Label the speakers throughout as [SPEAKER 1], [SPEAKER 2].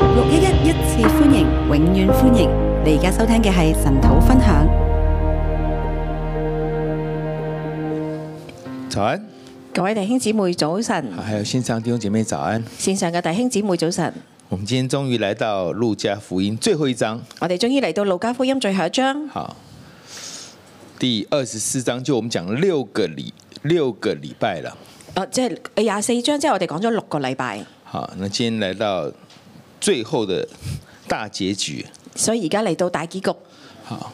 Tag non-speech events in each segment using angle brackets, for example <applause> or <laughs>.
[SPEAKER 1] 六一一一次歡迎，永遠歡迎！你而家收聽嘅係神土分享。
[SPEAKER 2] 早安，
[SPEAKER 3] 各位弟兄姊妹早晨，
[SPEAKER 2] 还有线上弟兄姐妹早安。
[SPEAKER 3] 線上嘅弟兄姊妹早晨，
[SPEAKER 2] 我们今天终于来到路加福音最後一章，
[SPEAKER 3] 我哋終於嚟到路加福音最後一章
[SPEAKER 2] 好，第二十四章就我们講六個禮六個禮拜了。
[SPEAKER 3] 啊，即係廿四章，即係我哋講咗六個禮拜，
[SPEAKER 2] 好，那今天來到最後的大結局。
[SPEAKER 3] 所以而家嚟到大結局。
[SPEAKER 2] 好，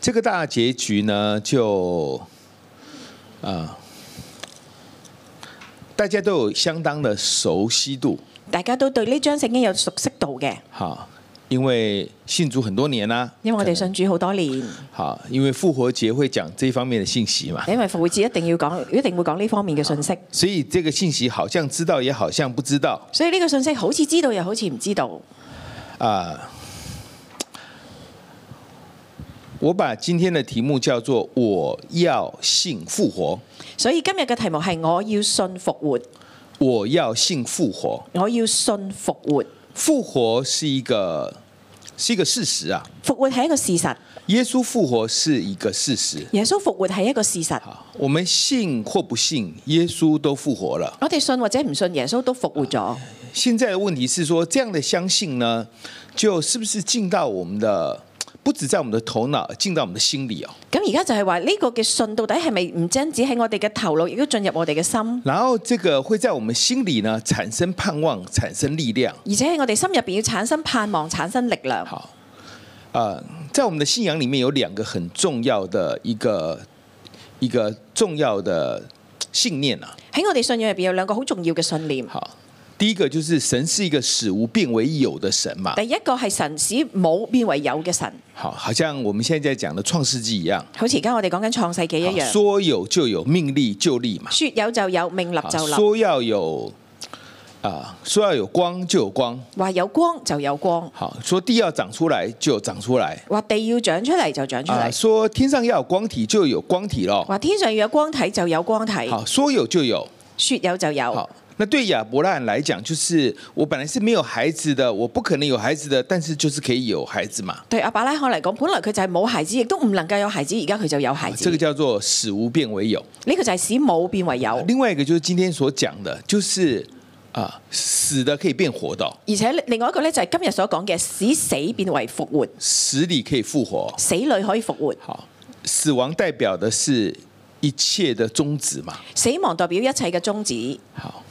[SPEAKER 2] 這個大結局呢，就啊、大家都有相當的熟悉度。
[SPEAKER 3] 大家都對呢章聖經有熟悉度嘅，
[SPEAKER 2] 好，因為信主很多年啦、
[SPEAKER 3] 因為我哋信主好多年，因
[SPEAKER 2] 好，因為復活節會講這方面的信息嘛，
[SPEAKER 3] 為復活節一定要講，一定會講呢方面嘅信息。
[SPEAKER 2] 所以這個信息好像知道，也好像不知道
[SPEAKER 3] 所以呢個信息好似知道又好似唔知道。
[SPEAKER 2] 啊。我把今天的題目叫做“我要信復活”，
[SPEAKER 3] 所以今日嘅題目係我要信復活，
[SPEAKER 2] 我要信復活。
[SPEAKER 3] 我要信復活。
[SPEAKER 2] 復活是一個是一個事實啊，
[SPEAKER 3] 復活係一個事實，
[SPEAKER 2] 耶穌復活是一個事實。
[SPEAKER 3] 耶穌復活係一個事實。
[SPEAKER 2] 好，我們信或不信，耶穌都復活了。
[SPEAKER 3] 我哋信或者唔信，耶穌都復活咗。
[SPEAKER 2] 現在的問題是說，這樣的相信呢，就是不是進到我們的，不止在我們的頭腦，進到我們的心裡哦。
[SPEAKER 3] 咁而家就係話呢個嘅信到底係咪唔單止喺我哋嘅頭腦，亦都進入我哋嘅心，
[SPEAKER 2] 然後這個會在我們心裡呢產生盼望，產生力量。
[SPEAKER 3] 而且喺我哋心入邊要產生盼望、產生力量。
[SPEAKER 2] 好，呃，在我們的信仰裡面有兩個很重要的一個一個重要的信念啊。
[SPEAKER 3] 喺我哋信仰入邊有兩個好重要嘅信念，
[SPEAKER 2] 好，第一個就是神是一個使無變為有的神嘛。
[SPEAKER 3] 第一個係神使冇變為有嘅神，
[SPEAKER 2] 好，好像我們現在在講的創世紀一樣，
[SPEAKER 3] 好似而家我哋講緊創世紀一
[SPEAKER 2] 好
[SPEAKER 3] 樣，
[SPEAKER 2] 說有就有，命立就立嘛。
[SPEAKER 3] 説有就有，命立
[SPEAKER 2] 好
[SPEAKER 3] 就立，
[SPEAKER 2] 说要有啊，说要有光就有光，
[SPEAKER 3] 話有光就有光，
[SPEAKER 2] 好，说地要長出來就長出來
[SPEAKER 3] 話地要長出嚟就長出
[SPEAKER 2] 啊，
[SPEAKER 3] 嚟，
[SPEAKER 2] 說天上要有光體就有光體咯。
[SPEAKER 3] 話天上要有光體就有光體，
[SPEAKER 2] 好，說有就有，
[SPEAKER 3] 説有就有
[SPEAKER 2] 好。。那對亞伯拉罕來講，就是我本來是沒有孩子的，我不可能有孩子的，但是就是可以有孩子嘛。
[SPEAKER 3] 對阿伯拉罕嚟講，本來佢就係冇孩子，亦都唔能夠有孩子，而家佢就有孩子
[SPEAKER 2] 這。個叫做使無變為有。
[SPEAKER 3] 呢個就係使冇變為有，而
[SPEAKER 2] 另外一個就是今天所講的，就是啊，死的可以變活的，
[SPEAKER 3] 且另外一個咧就係今日所講嘅使死變為復活，
[SPEAKER 2] 死裡可以復活。
[SPEAKER 3] 死裏可以復活，
[SPEAKER 2] 好，死亡代表的是一切的終止嘛。
[SPEAKER 3] 死亡代表一切嘅終止。
[SPEAKER 2] 好，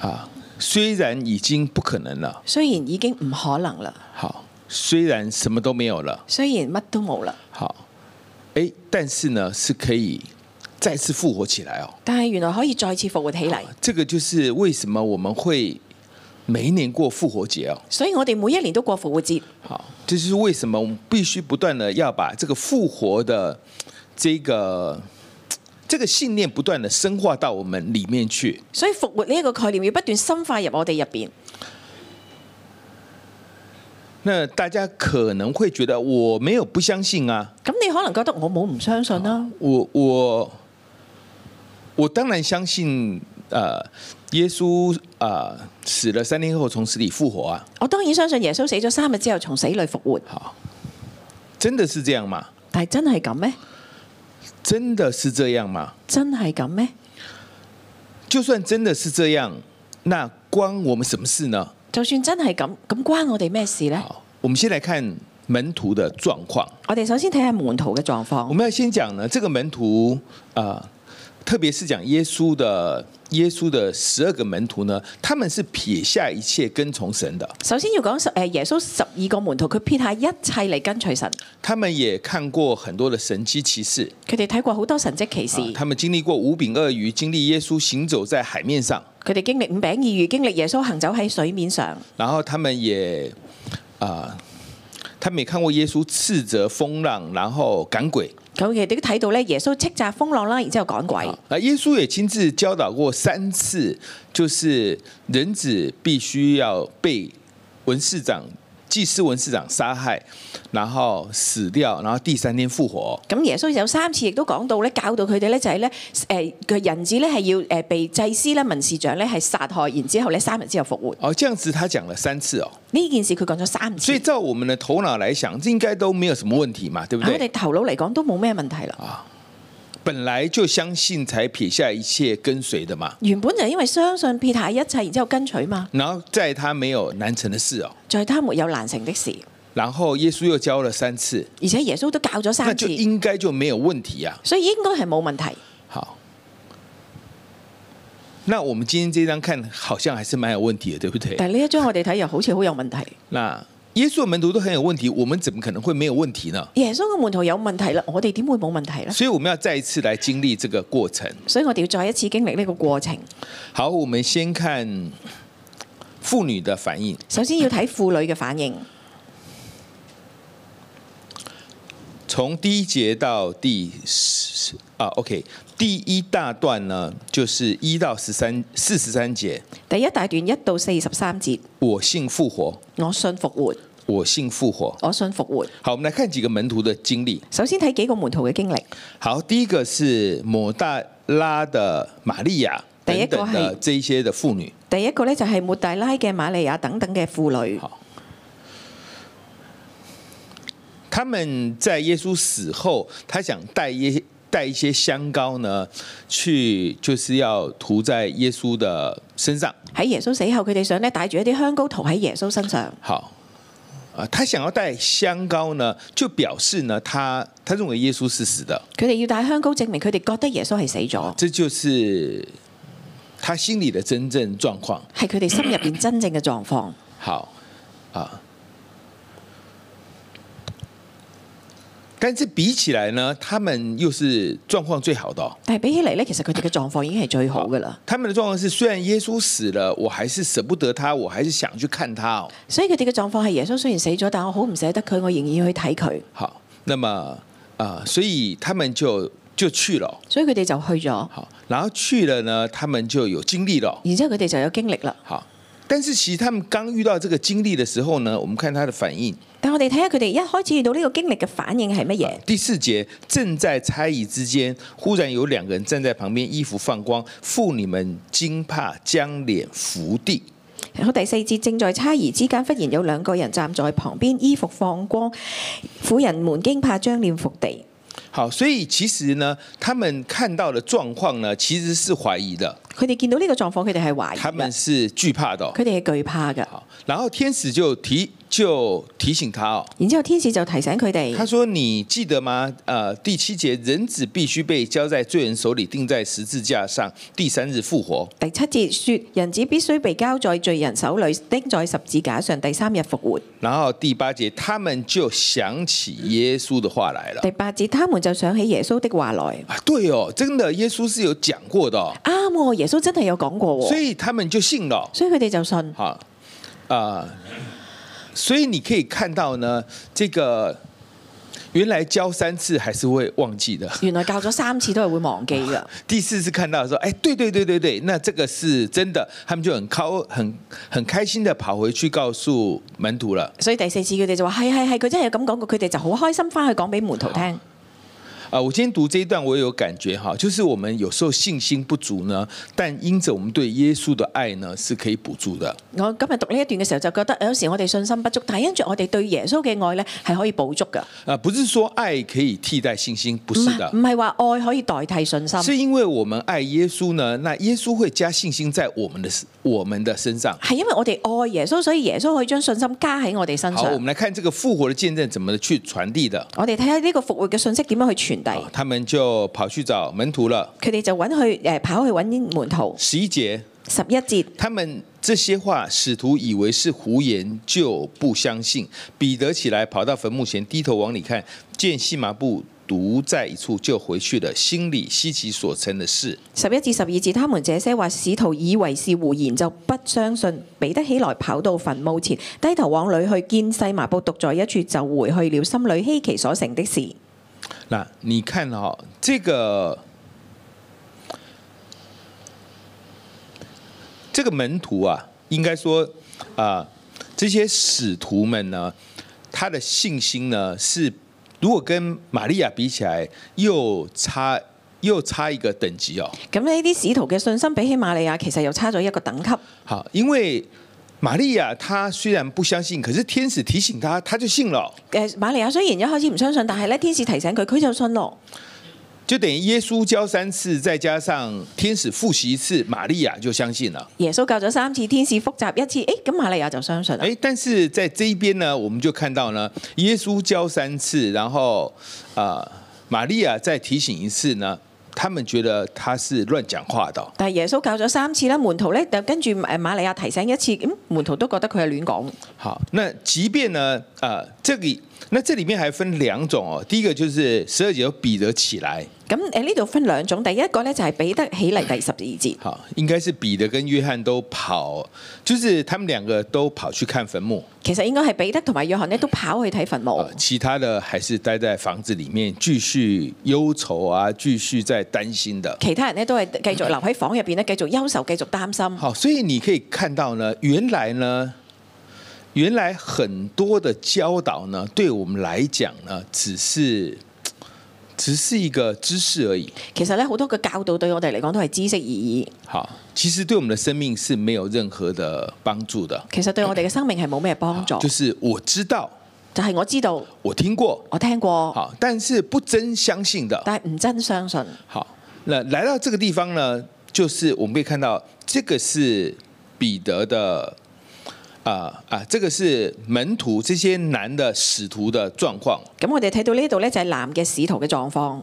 [SPEAKER 2] 啊，虽然已經不可能了，
[SPEAKER 3] 雖然已經唔可能啦，
[SPEAKER 2] 好，虽然什麼都沒有了，
[SPEAKER 3] 雖然乜都冇啦，
[SPEAKER 2] 好，哎、但是呢是可以再次復活起來哦。
[SPEAKER 3] 但係原來可以再次復活起嚟。
[SPEAKER 2] 這個就是為什麼我們會每一年過復活節哦。
[SPEAKER 3] 所以我哋每一年都過復活節，
[SPEAKER 2] 好，這就是為什麼我們必須不斷的要把這個復活的這個這個信念不斷的深化到我們裡面去。
[SPEAKER 3] 所以復活呢一個概念要不斷深化入我哋入邊。
[SPEAKER 2] 那大家可能會覺得我沒有不相信啊，
[SPEAKER 3] 咁你可能覺得我冇唔相信啦，
[SPEAKER 2] 我我我当然相信，呃，耶穌啊、呃、死了三天後從死裡復活啊，
[SPEAKER 3] 我當然相信耶穌死咗三日之後從死裏復活，
[SPEAKER 2] 好，真的是這樣嗎？
[SPEAKER 3] 但係真係咁咩？
[SPEAKER 2] 真的是這樣嗎？
[SPEAKER 3] 真係咁咩？
[SPEAKER 2] 就算真的是這樣，那關我們什麼事呢？
[SPEAKER 3] 就算真係咁，咁關我哋咩事呢？
[SPEAKER 2] 好，我們先來看門徒的狀況。
[SPEAKER 3] 我哋首先睇下門徒嘅狀況
[SPEAKER 2] 我。們要先講呢，這個門徒啊、呃特別是講耶穌的耶穌的十二個門徒呢，他們是撇下一切跟從神的。
[SPEAKER 3] 首先要講十誒耶穌十二個門徒，佢撇下一切嚟跟隨神，
[SPEAKER 2] 他們也看過很多的神蹟奇事，
[SPEAKER 3] 佢哋睇過好多神跡奇事，
[SPEAKER 2] 啊他們經歷過五餅二魚，經歷耶穌行走在海面上，
[SPEAKER 3] 佢哋經歷五餅二魚，經歷耶穌行走喺水面上，
[SPEAKER 2] 然後他們也啊、他們也看過耶穌斥責風浪，然後趕鬼。
[SPEAKER 3] 咁佢哋都睇到咧耶穌斥責風浪啦，然之後趕鬼。
[SPEAKER 2] 啊，耶穌也親自教導過三次，就是人子必須要被文士長祭司文士长杀害，然后死掉，然后第三天复活。
[SPEAKER 3] 咁耶穌有三次亦都講到咧，教導佢哋咧就係咧，誒嘅人子咧係要誒被祭司咧、文士長咧係殺害，然之後咧三日之後復活。
[SPEAKER 2] 哦，這樣子他講了三次哦，
[SPEAKER 3] 呢件事佢講咗三次
[SPEAKER 2] 所以，照我們的頭腦來想，這應該都沒有什麼問題嘛，對不
[SPEAKER 3] 喺我
[SPEAKER 2] 對？
[SPEAKER 3] 哋頭腦嚟講都冇咩問題啦。
[SPEAKER 2] 本來就相信才撇下一切跟隨的嘛，
[SPEAKER 3] 原本就因為相信撇下一切，然之後跟隨嘛，
[SPEAKER 2] 然後在他沒有難成的事哦，
[SPEAKER 3] 在他沒有難成的事。
[SPEAKER 2] 然後耶穌又教了三次，
[SPEAKER 3] 而且耶穌都教咗
[SPEAKER 2] 那
[SPEAKER 3] 三
[SPEAKER 2] 就
[SPEAKER 3] 次，
[SPEAKER 2] 應該就沒有問題啊。
[SPEAKER 3] 所以應該係冇問題。
[SPEAKER 2] 好，那我們今天這張看好像還是蠻有問題的，對不對？
[SPEAKER 3] 但係呢一章我哋睇又好似好有問題。
[SPEAKER 2] 那耶穌的門徒都很有問題，我們怎麼可能會沒有問題呢？
[SPEAKER 3] 耶穌嘅門徒有問題啦，我哋點會冇問題呢？
[SPEAKER 2] 所以我們要再一次來經歷這個過程。
[SPEAKER 3] 所以我哋要再一次經歷呢個過程。
[SPEAKER 2] 好，我們先看婦女的反應。
[SPEAKER 3] 首先要睇婦女嘅反應，
[SPEAKER 2] 从第一节到第十啊，OK，第一大段呢，就是一到十三四十三节，
[SPEAKER 3] 第一大段一到四十三節，
[SPEAKER 2] 我信复活，
[SPEAKER 3] 我信復活，
[SPEAKER 2] 我信复活。
[SPEAKER 3] 我信復活。
[SPEAKER 2] 好，我们来看几个門徒的經歷。
[SPEAKER 3] 首先睇幾個門徒嘅經歷，
[SPEAKER 2] 好，第一個是抹大拉的瑪利亞
[SPEAKER 3] 第
[SPEAKER 2] 等
[SPEAKER 3] 一個
[SPEAKER 2] 等的
[SPEAKER 3] 係
[SPEAKER 2] 這一些的婦女。
[SPEAKER 3] 第一個呢就係抹大拉嘅瑪利亞等等嘅婦女，
[SPEAKER 2] 好，他們在耶穌死後，他想帶耶帶一些香膏呢，去就是要塗在耶穌的身上。
[SPEAKER 3] 喺耶穌死後，佢哋想呢帶住一啲香膏塗喺耶穌身上。
[SPEAKER 2] 好，啊，他想要帶香膏呢，就表示呢，他他認為耶穌是死的，
[SPEAKER 3] 佢哋要帶香膏證明佢哋覺得耶穌係死咗，
[SPEAKER 2] 這就是他心裡的真正狀況。
[SPEAKER 3] 係佢哋心入邊真正嘅狀況。
[SPEAKER 2] 好，啊。但是比起來呢，他們又是狀況最好的哦、
[SPEAKER 3] 但係比起嚟呢，其實佢哋嘅狀況已經係最好噶啦。
[SPEAKER 2] 他們的狀況是，雖然耶穌死了，我還是捨不得他，我還是想去看他哦。
[SPEAKER 3] 所以佢哋嘅狀況係耶穌雖然死咗，但我好唔捨得佢，我仍然要去睇佢。
[SPEAKER 2] 好，那麼啊、所以他們就就去了哦。
[SPEAKER 3] 所以佢哋就去咗，
[SPEAKER 2] 好，然後去了呢，他們就有經歷了。哦
[SPEAKER 3] 然之後佢哋就有經歷啦。
[SPEAKER 2] 好，但是其實他們剛遇到這個經歷的時候呢，我們看他的反應。
[SPEAKER 3] 但我哋睇下佢哋一開始遇到呢個經歷嘅反應係乜嘢？
[SPEAKER 2] 啊第四節，正在猜疑之間，忽然有兩個人站在旁邊，衣服放光，婦女們驚怕，將臉伏地。
[SPEAKER 3] 好，第四節正在猜疑之間，忽然有兩個人站在旁邊，衣服放光，婦人們驚怕將臉伏地。
[SPEAKER 2] 好，所以其實呢，他們看到的狀況呢，其實是懷疑的，
[SPEAKER 3] 佢哋見到呢個狀況，佢哋係懷疑
[SPEAKER 2] 他
[SPEAKER 3] 嘅
[SPEAKER 2] 們，是懼怕的哦、
[SPEAKER 3] 佢哋係懼怕嘅。
[SPEAKER 2] 好，然後天使就提就提醒他哦，
[SPEAKER 3] 然之後天使就提醒佢
[SPEAKER 2] 他
[SPEAKER 3] 哋，
[SPEAKER 2] 說：“你記得嗎？呃，第七節，人子必須被交在罪人手裡，釘在十字架上，第三日復活。
[SPEAKER 3] 第七節說：人子必須被交在罪人手裏，釘在十字架上，第三日復活。
[SPEAKER 2] 然後第八節，他們就想起耶穌的話來了。
[SPEAKER 3] 第八節，他們就想起耶穌的話來。
[SPEAKER 2] 啊，对哦，真的，耶穌是有講過的、哦，
[SPEAKER 3] 啱喎，耶穌真係有講過
[SPEAKER 2] 所
[SPEAKER 3] 喎，
[SPEAKER 2] 以他們就信了哦。
[SPEAKER 3] 所以佢哋就信。
[SPEAKER 2] 好，啊、所以你可以看到呢，这个原來教三次還是會忘記的，
[SPEAKER 3] 原來教咗三次都係會忘記㗎。
[SPEAKER 2] 第四次看到說，哎，對對對對對，那這個是真的，他們就很高很很開心的跑回去告訴門徒了。
[SPEAKER 3] 所以第四次佢哋就話係係係，佢真係有咁講過，佢哋就好開心翻去講俾門徒聽。
[SPEAKER 2] 啊，我今天讀這一段，我也有感覺哈，就是我們有時候信心不足呢，但因着我們對耶穌的愛呢，是可以補足的。
[SPEAKER 3] 我今日讀呢一段嘅時候就覺得，有時我哋信心不足，但係因住我哋對耶穌嘅愛呢，係可以補足㗎。
[SPEAKER 2] 啊，不是說愛可以替代信心，不
[SPEAKER 3] 唔
[SPEAKER 2] 是
[SPEAKER 3] 係唔
[SPEAKER 2] 的，
[SPEAKER 3] 係話愛可以代替信心，
[SPEAKER 2] 是因為我們愛耶穌呢，那耶穌會加信心在我們的我們的身上。
[SPEAKER 3] 係因為我哋愛耶穌，所以耶穌可以將信心加喺我哋身
[SPEAKER 2] 好，我
[SPEAKER 3] 上
[SPEAKER 2] 們。來看這個復活的見證怎麼去傳遞的。
[SPEAKER 3] 我哋睇下呢個復活嘅信息點樣去傳遞
[SPEAKER 2] 啊。他們就跑去找門徒了。
[SPEAKER 3] 佢哋就揾去誒跑去揾門徒。
[SPEAKER 2] 十一節，
[SPEAKER 3] 十一節，
[SPEAKER 2] 他們這些話，使徒以為是胡言，就不相信。彼得起來，跑到墳墓前，低頭往裡看，見細麻布獨在一處，就回去了，心裡希奇所成的事。
[SPEAKER 3] 十一至十二節，他們這些話使徒以為是胡言，就不相信。彼得起來跑到墳墓前，低頭往裏去，見細麻布獨在一處，就回去了，心裏稀奇所成的事。
[SPEAKER 2] 那你看哦，这个这个门徒啊，应该说啊、这些使徒们呢，他的信心呢是，如果跟玛利亚比起来，又差又差一个等级哦。
[SPEAKER 3] 咁呢啲使徒嘅信心比起瑪利亞其實又差咗一個等級，
[SPEAKER 2] 好，因为玛利亚她虽然不相信，可是天使提醒她，她就信了哦，
[SPEAKER 3] 誒瑪利亞雖然一開始唔相信，但係咧天使提醒佢，佢就信咯。
[SPEAKER 2] 就等于耶穌教三次，再加上天使复习一次，玛利亚就相信了。
[SPEAKER 3] 耶穌教咗三次，天使複習一次，誒咁瑪利亞就相信啦。
[SPEAKER 2] 哎，但是在这一边呢，我们就看到呢，耶稣教三次，然后啊、呃玛利亚再提醒一次呢，他们觉得他是乱讲话的哦。
[SPEAKER 3] 但係耶穌教咗三次咧，門徒咧就跟住誒瑪利亞提醒一次，咁門徒都覺得佢係亂講。
[SPEAKER 2] 好，那即便呢，呃，这里那这里面还分两种哦，第一个就是十二节有彼得起来，
[SPEAKER 3] 咁誒呢度分兩種，第一個咧就係彼得起嚟第十二節，
[SPEAKER 2] 好，应该是彼得跟约翰都跑，就是他们两个都跑去看坟墓，
[SPEAKER 3] 其實應該係彼得同埋約翰咧都跑去睇墳墓
[SPEAKER 2] 呃，，其他的还是待在房子里面继续忧愁啊，继续在担心的。
[SPEAKER 3] 其他人咧都係繼續留喺房入邊咧，繼續憂愁，繼續擔心。
[SPEAKER 2] 好，所以你可以看到呢，原来呢，原来很多的教导呢，对我们来讲呢，只是只是一个知识而已。
[SPEAKER 3] 其實咧好多嘅教導對我哋嚟講都係知識而已，
[SPEAKER 2] 好，其实对我们的生命是没有任何的帮助的。
[SPEAKER 3] 其實對我哋嘅生命係冇咩幫助。
[SPEAKER 2] 就是我知道，
[SPEAKER 3] 就係我知道，
[SPEAKER 2] 我听过，
[SPEAKER 3] 我聽過，
[SPEAKER 2] 好，但是不真相信的。
[SPEAKER 3] 但係唔真相信。
[SPEAKER 2] 好，那来到这个地方呢，就是我们可以看到，这个是彼得的。啊啊！这个是门徒这些男的使徒的状况。
[SPEAKER 3] 咁我哋睇到呢度咧就係男嘅使徒嘅狀況，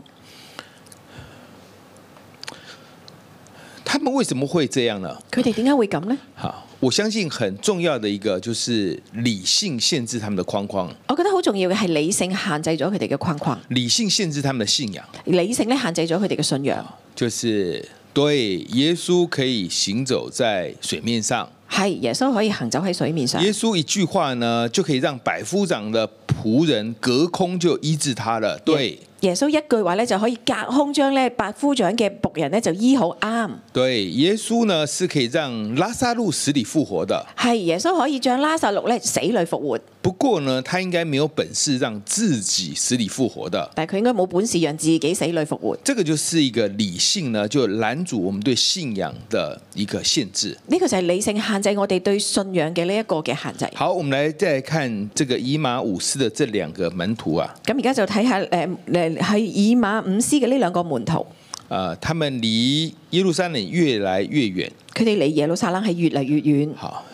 [SPEAKER 2] 他们为什么会这样呢？
[SPEAKER 3] 佢哋點解會咁呢？
[SPEAKER 2] 好，我相信很重要的一个就是理性限制他们的框框，
[SPEAKER 3] 我覺得好重要嘅係理性限制咗佢哋嘅框框，
[SPEAKER 2] 理性限制他们的信仰，
[SPEAKER 3] 理性咧限制咗佢哋嘅信仰。
[SPEAKER 2] 就是对耶稣可以行走在水面上，
[SPEAKER 3] 係耶穌可以行走喺水面上，
[SPEAKER 2] 耶穌一句话呢就可以让百夫长的仆人隔空就医治他了。对
[SPEAKER 3] 耶穌一句話咧就可以隔空將咧百夫長嘅仆人咧就醫好啱。
[SPEAKER 2] 对，耶稣呢是可以让拉萨路死里复活的，
[SPEAKER 3] 係耶穌可以將拉撒路咧死裏復活，
[SPEAKER 2] 不过呢他应该没有本事讓自己死里复活的。
[SPEAKER 3] 但係佢應該冇本事讓自己死裏復活。
[SPEAKER 2] 这个就是一个理性呢，就拦阻我们对信仰的一个限制。
[SPEAKER 3] 呢、個就係理性限制我哋對信仰嘅呢一個嘅限制。
[SPEAKER 2] 好，我们来再看这个以马五斯的这两个门徒啊，
[SPEAKER 3] 咁而家就睇下誒誒係以馬五斯嘅呢兩個門徒，
[SPEAKER 2] 呃，他们离耶路撒冷越来越远。
[SPEAKER 3] 佢哋離耶路撒冷係越嚟越遠。
[SPEAKER 2] 好，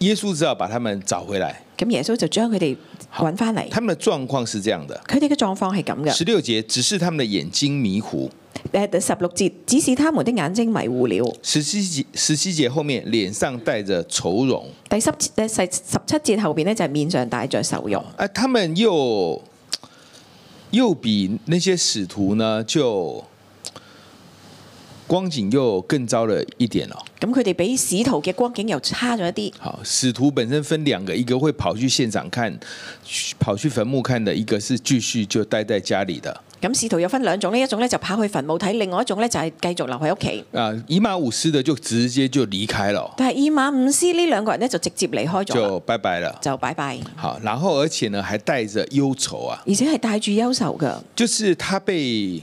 [SPEAKER 2] 耶穌只好把他们找回来。
[SPEAKER 3] 咁耶穌就將佢哋揾翻嚟。
[SPEAKER 2] 他們的狀況是這樣的：
[SPEAKER 3] 佢哋嘅狀況係咁嘅。
[SPEAKER 2] 十六節只是他們的眼睛迷糊，
[SPEAKER 3] 誒十六節，只是他們的眼睛迷糊了。
[SPEAKER 2] 十七節十七節後面臉上帶着愁容
[SPEAKER 3] 第十誒十十七節後邊呢，就係面上帶着愁容。
[SPEAKER 2] 啊，他們又又比那些使徒呢就光景又更糟了一點哦。
[SPEAKER 3] 咁佢哋比使徒嘅光景又差咗一啲。
[SPEAKER 2] 好，使徒本身分兩個，一個會跑去現場看，去跑去墳墓看的；一個是繼續就待在家裡的。
[SPEAKER 3] 咁使徒有分兩種呢，一種呢就跑去墳墓睇，另外一種呢就係繼續留喺屋企。
[SPEAKER 2] 啊，以馬忤斯的就直接就離開了，
[SPEAKER 3] 但係以馬五斯呢兩個人呢，就直接離開咗啦
[SPEAKER 2] 就拜拜了。
[SPEAKER 3] 就拜拜，
[SPEAKER 2] 好，然后而且呢还带着忧愁啊，
[SPEAKER 3] 而且係帶住憂愁㗎。
[SPEAKER 2] 就是他被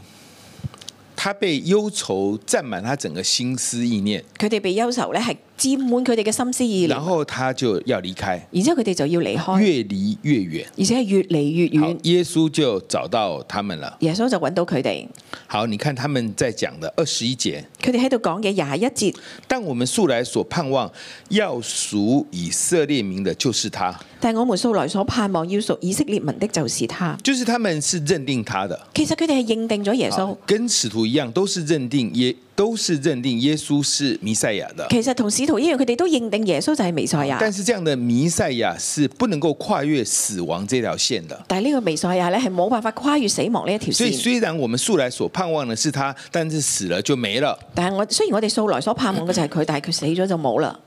[SPEAKER 2] 他被忧愁占满他整个心思意念，
[SPEAKER 3] 佢哋被憂愁呢，係佔滿佢哋嘅心思意念哦
[SPEAKER 2] 然，后他就要离开，
[SPEAKER 3] 然之後佢哋就要離開，
[SPEAKER 2] 越离越远。
[SPEAKER 3] 而且係越嚟越
[SPEAKER 2] 好
[SPEAKER 3] 遠，。
[SPEAKER 2] 耶穌就找到他们了。
[SPEAKER 3] 耶穌就揾到佢哋，
[SPEAKER 2] 好，你看他们在讲的二十一节，
[SPEAKER 3] 佢哋喺度講嘅廿一節，
[SPEAKER 2] 但我们素来所盼望要赎以色列民的，就是他，
[SPEAKER 3] 但我們素來所盼望要屬以色列民的，就是他。
[SPEAKER 2] 就是他们是认定他的。
[SPEAKER 3] 其實佢哋係認定咗耶穌
[SPEAKER 2] 好，跟使徒一样，都是认定耶，都是认定耶穌是弥赛亚的。
[SPEAKER 3] 其實同使徒一樣，佢哋都認定耶穌就係彌賽
[SPEAKER 2] 但
[SPEAKER 3] 亞。
[SPEAKER 2] 是这样的弥赛亚是不能够跨越死亡这条线的。
[SPEAKER 3] 但係呢個彌賽亞呢，係冇辦法跨越死亡呢一條
[SPEAKER 2] 所以
[SPEAKER 3] 線。
[SPEAKER 2] 虽然我们素来所盼望的是他，但是死了就没了。
[SPEAKER 3] 但係我雖然我哋素來所盼望嘅就係
[SPEAKER 2] <coughs>
[SPEAKER 3] 佢，但係佢死咗就冇啦。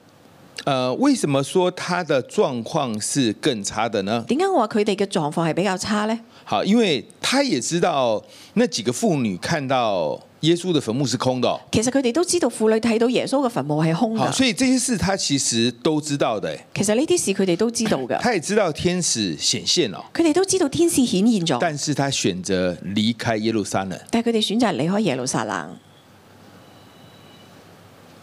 [SPEAKER 2] 呃，为什么说他的状况是更差的呢？
[SPEAKER 3] 點解我話佢哋嘅狀況係比較差呢？
[SPEAKER 2] 好，因为他也知道那几个妇女看到耶稣的坟墓是空的哦、
[SPEAKER 3] 其實佢哋都知道婦女睇到耶穌嘅墳墓係空
[SPEAKER 2] 好，所
[SPEAKER 3] 㗎。
[SPEAKER 2] 以這些事他其實都知道的，欸
[SPEAKER 3] 其實呢啲事佢哋都知道
[SPEAKER 2] <coughs>
[SPEAKER 3] 㗎，
[SPEAKER 2] 他也知道天使顯現了，
[SPEAKER 3] 佢哋都知道天使顯現咗，
[SPEAKER 2] 但是他選擇離開耶路撒冷，
[SPEAKER 3] 但係佢哋選擇離開耶路撒冷。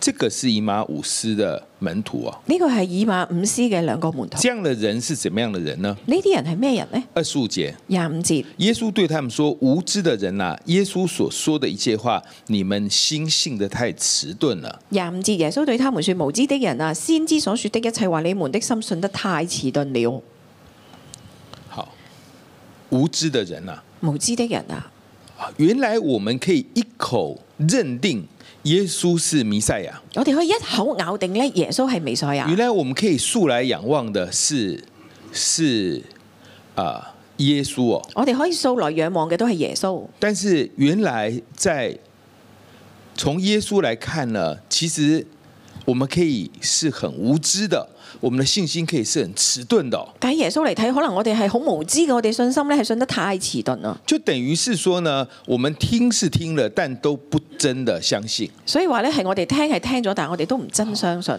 [SPEAKER 2] 這個是以馬忤斯的門徒哦。
[SPEAKER 3] 呢個係以馬五斯嘅兩個門徒。
[SPEAKER 2] 這樣的人是怎麼樣的人呢？
[SPEAKER 3] 呢啲人係咩人呢？
[SPEAKER 2] 二十五節，
[SPEAKER 3] 廿五節，
[SPEAKER 2] 耶穌對他們說：“無知的人啊，耶穌所說的一切話，你們心信的太遲鈍了。
[SPEAKER 3] 廿五節，耶穌對他們說：無知的人啊，先知所說的一切話，你們的心信得太遲鈍了。”
[SPEAKER 2] 好，無知的人啊，
[SPEAKER 3] 無知的人啊，
[SPEAKER 2] 啊原來我們可以一口認定耶穌是彌賽亞。
[SPEAKER 3] 我哋可以一口咬定咧，耶穌係彌賽
[SPEAKER 2] 原
[SPEAKER 3] 亞。
[SPEAKER 2] 來我們可以素來仰望的是是啊、耶穌哦，
[SPEAKER 3] 我哋可以素來仰望嘅都係耶穌，
[SPEAKER 2] 但是原來在從耶穌來看呢，其實我們可以是很無知的，我們的信心可以是很遲鈍的哦、
[SPEAKER 3] 但係耶穌嚟睇，可能我哋係好無知嘅，我哋信心咧係信得太遲鈍啊啦。
[SPEAKER 2] 就等於是說呢，我們聽是聽了，但都不真的相信。
[SPEAKER 3] 所以話咧係我哋聽係聽咗，但係我哋都唔真相信。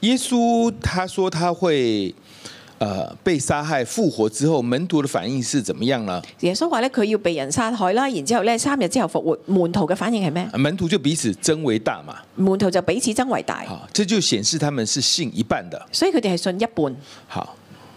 [SPEAKER 2] 耶穌他說他會呃被殺害復活之後，門徒的反應是怎麼樣呢？
[SPEAKER 3] 耶穌話咧佢要被人殺害啦，然之後咧三日之後復活，門徒嘅反應係咩？
[SPEAKER 2] 門徒就彼此爭為大嘛。
[SPEAKER 3] 門徒就彼此爭為大，
[SPEAKER 2] 好，这就顯示他們是信一半的。
[SPEAKER 3] 所以佢哋係信一半。
[SPEAKER 2] 好，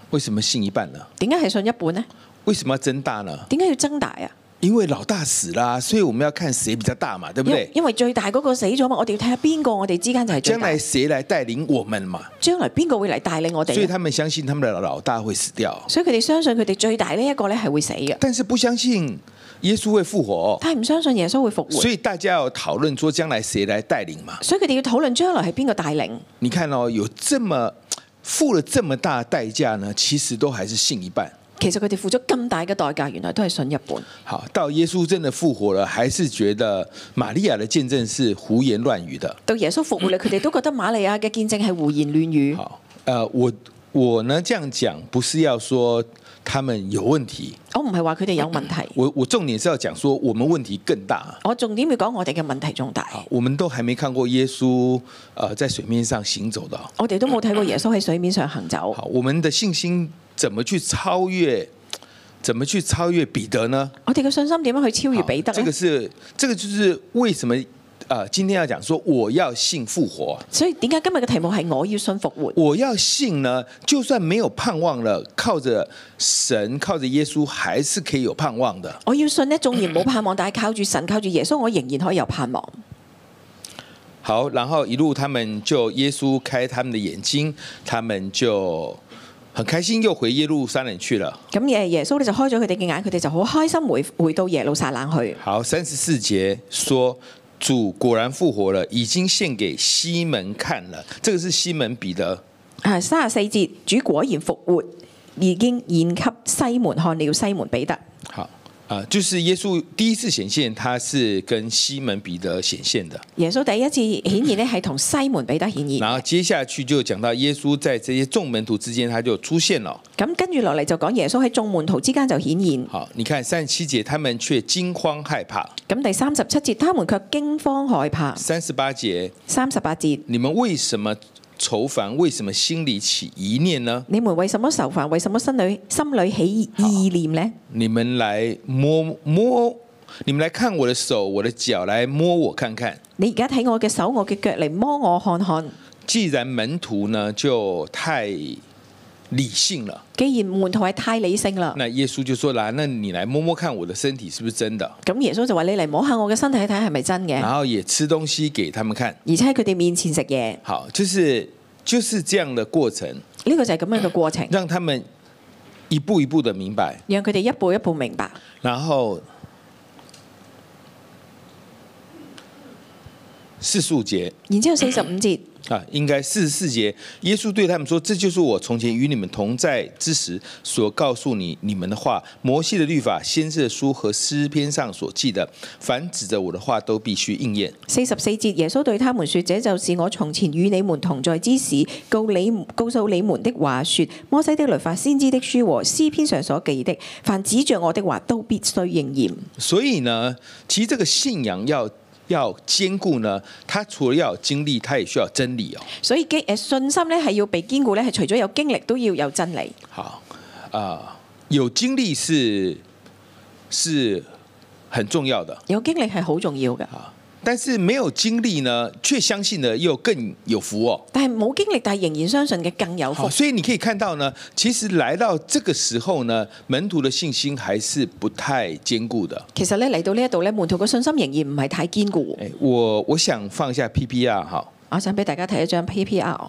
[SPEAKER 2] 為什麼信一半呢？
[SPEAKER 3] 點解係信一半呢？
[SPEAKER 2] 為什麼要爭大呢？
[SPEAKER 3] 點解要爭大啊？
[SPEAKER 2] 因為老大死啦、所以我們要看誰比較大嘛，對不
[SPEAKER 3] 因
[SPEAKER 2] 對？
[SPEAKER 3] 因為最大嗰個死咗嘛，我哋要睇下邊個我哋之間就係最
[SPEAKER 2] 將
[SPEAKER 3] 大
[SPEAKER 2] 來。誰來帶領我們嘛？
[SPEAKER 3] 將來邊個會嚟帶領我哋
[SPEAKER 2] 所
[SPEAKER 3] 啊？
[SPEAKER 2] 以他們相信他們的老大會死掉，
[SPEAKER 3] 所以佢哋相信佢哋最大呢一個咧係會死嘅，
[SPEAKER 2] 但是不相信耶穌會復活，
[SPEAKER 3] 但係唔相信耶穌會復活
[SPEAKER 2] 所。以大家要討論說將來誰來帶領嘛？
[SPEAKER 3] 所以佢哋要討論將來係邊個帶領。
[SPEAKER 2] 你看哦，有這麼付了這麼大的代價呢，其實都還是信一半。
[SPEAKER 3] 其實佢哋付咗咁大嘅代價，原來都係信日本。
[SPEAKER 2] 好，到耶穌真的復活了，還是覺得瑪利亞的見證是胡言亂語的。
[SPEAKER 3] 到耶穌復活咧，佢哋都覺得瑪利亞嘅見證係胡言亂語。
[SPEAKER 2] 嗯好，呃，我我呢這樣講，不是要說他們有問題，
[SPEAKER 3] 我唔係話佢哋有問題，
[SPEAKER 2] 我我重點是要講說我們問題更大。
[SPEAKER 3] 我重點要講我哋嘅問題重大。
[SPEAKER 2] 好，我們都還沒看過耶穌呃在水面上行走的哦。
[SPEAKER 3] 我哋都冇睇過耶穌喺水面上行走。
[SPEAKER 2] 好，我們的信心怎麼去超越？怎麼去超越彼得呢？
[SPEAKER 3] 我哋嘅信心點樣去超越
[SPEAKER 2] 好
[SPEAKER 3] 彼得
[SPEAKER 2] 这
[SPEAKER 3] 呢
[SPEAKER 2] 个？是这個就是為什麼呃今天要講說我要信復活。
[SPEAKER 3] 所以點解今日嘅題目係我要信復活？
[SPEAKER 2] 我要信呢，就算沒有盼望了，靠着神，靠着耶穌，還是可以有盼望的。
[SPEAKER 3] 我要信呢，縱然冇盼望，但係靠住神、靠住耶穌，我仍然可以有盼望。
[SPEAKER 2] 好，然後一路他們就耶穌開他們的眼睛，他們就很開心，又回耶路撒冷去了。
[SPEAKER 3] 咁耶耶穌咧就開咗佢哋嘅眼，佢哋就好開心回回到耶路撒冷去。
[SPEAKER 2] 好，三十四節說。主果然復活了，已經獻給西門看了。這個是西門彼得。
[SPEAKER 3] 啊，三十四節，主果然復活，已經現給西門看了。西門彼得
[SPEAKER 2] 好啊、就是耶穌第一次顯現，他是跟西門彼得顯現的。
[SPEAKER 3] 耶穌第一次顯現呢，係同西門彼得顯現。
[SPEAKER 2] 然後接下去就講到耶穌在這些眾門徒之間，他就出現了。
[SPEAKER 3] 咁跟住落嚟就講耶穌喺眾門徒之間就顯現。
[SPEAKER 2] 好，你看三十七節，他們卻驚慌害怕；
[SPEAKER 3] 咁第三十七節，他們卻驚慌害怕。
[SPEAKER 2] 三十八節，
[SPEAKER 3] 三十八節，
[SPEAKER 2] 你們為什麼愁煩？為什麼心裡起疑念呢？
[SPEAKER 3] 你們為什麼愁煩？為什麼心裏心裏起意念呢？
[SPEAKER 2] 你們來摸摸，你們來看我的手、我的腳，來摸我看看。
[SPEAKER 3] 你而家睇我嘅手，我嘅腳嚟摸我看看。
[SPEAKER 2] 既然門徒呢就太理性了，
[SPEAKER 3] 既然門徒係太理性啦，
[SPEAKER 2] 那耶穌就說啦：“那你來摸摸看我的身體是不是真的
[SPEAKER 3] 咁耶穌就話：你嚟摸下我嘅身體睇下係咪真？”嘅，
[SPEAKER 2] 然後也吃東西給他們看。
[SPEAKER 3] 而且喺佢哋面前食嘢。
[SPEAKER 2] 好，就是就是這樣的過程，
[SPEAKER 3] 呢個就係咁樣嘅過程，
[SPEAKER 2] 讓他們一步一步的明白，
[SPEAKER 3] 讓佢哋一步一步明白。
[SPEAKER 2] 然後四十五节
[SPEAKER 3] 然之後四十五節，
[SPEAKER 2] 啊，应该四十四节，耶稣对他们说：“这就是我从前与你们同在之时所告诉你你们的话。摩西的律法、先知的书和诗篇上所记的，凡指着我的话都必须应验。
[SPEAKER 3] 四十四節，耶穌對他們說：這就是我從前與你們同在之時，告你告訴你們的話說，摩西的律法、先知的書和詩篇上所記的，凡指着我的話都必須應驗。”
[SPEAKER 2] 所以呢，其实这个信仰要要兼顾呢，它除了要有经历，它也需要真理哦。
[SPEAKER 3] 所以基誒信心咧係要被堅固咧，係除咗有經歷都要有真理。
[SPEAKER 2] 好啊、有经历是是很重要的。啊
[SPEAKER 3] 有經歷係好重要嘅，
[SPEAKER 2] 但是没有经历呢，却相信呢又更有福哦。
[SPEAKER 3] 但係冇經歷但係仍然相信嘅更有福
[SPEAKER 2] 好，。所以你可以看到呢，其实来到这个时候呢，门徒的信心还是不太坚固的。
[SPEAKER 3] 其實咧嚟到呢一度咧，門徒嘅信心仍然唔係太堅固。
[SPEAKER 2] 哎，我我想放下 PPR 哈，
[SPEAKER 3] 我想俾大家睇一張 PPR，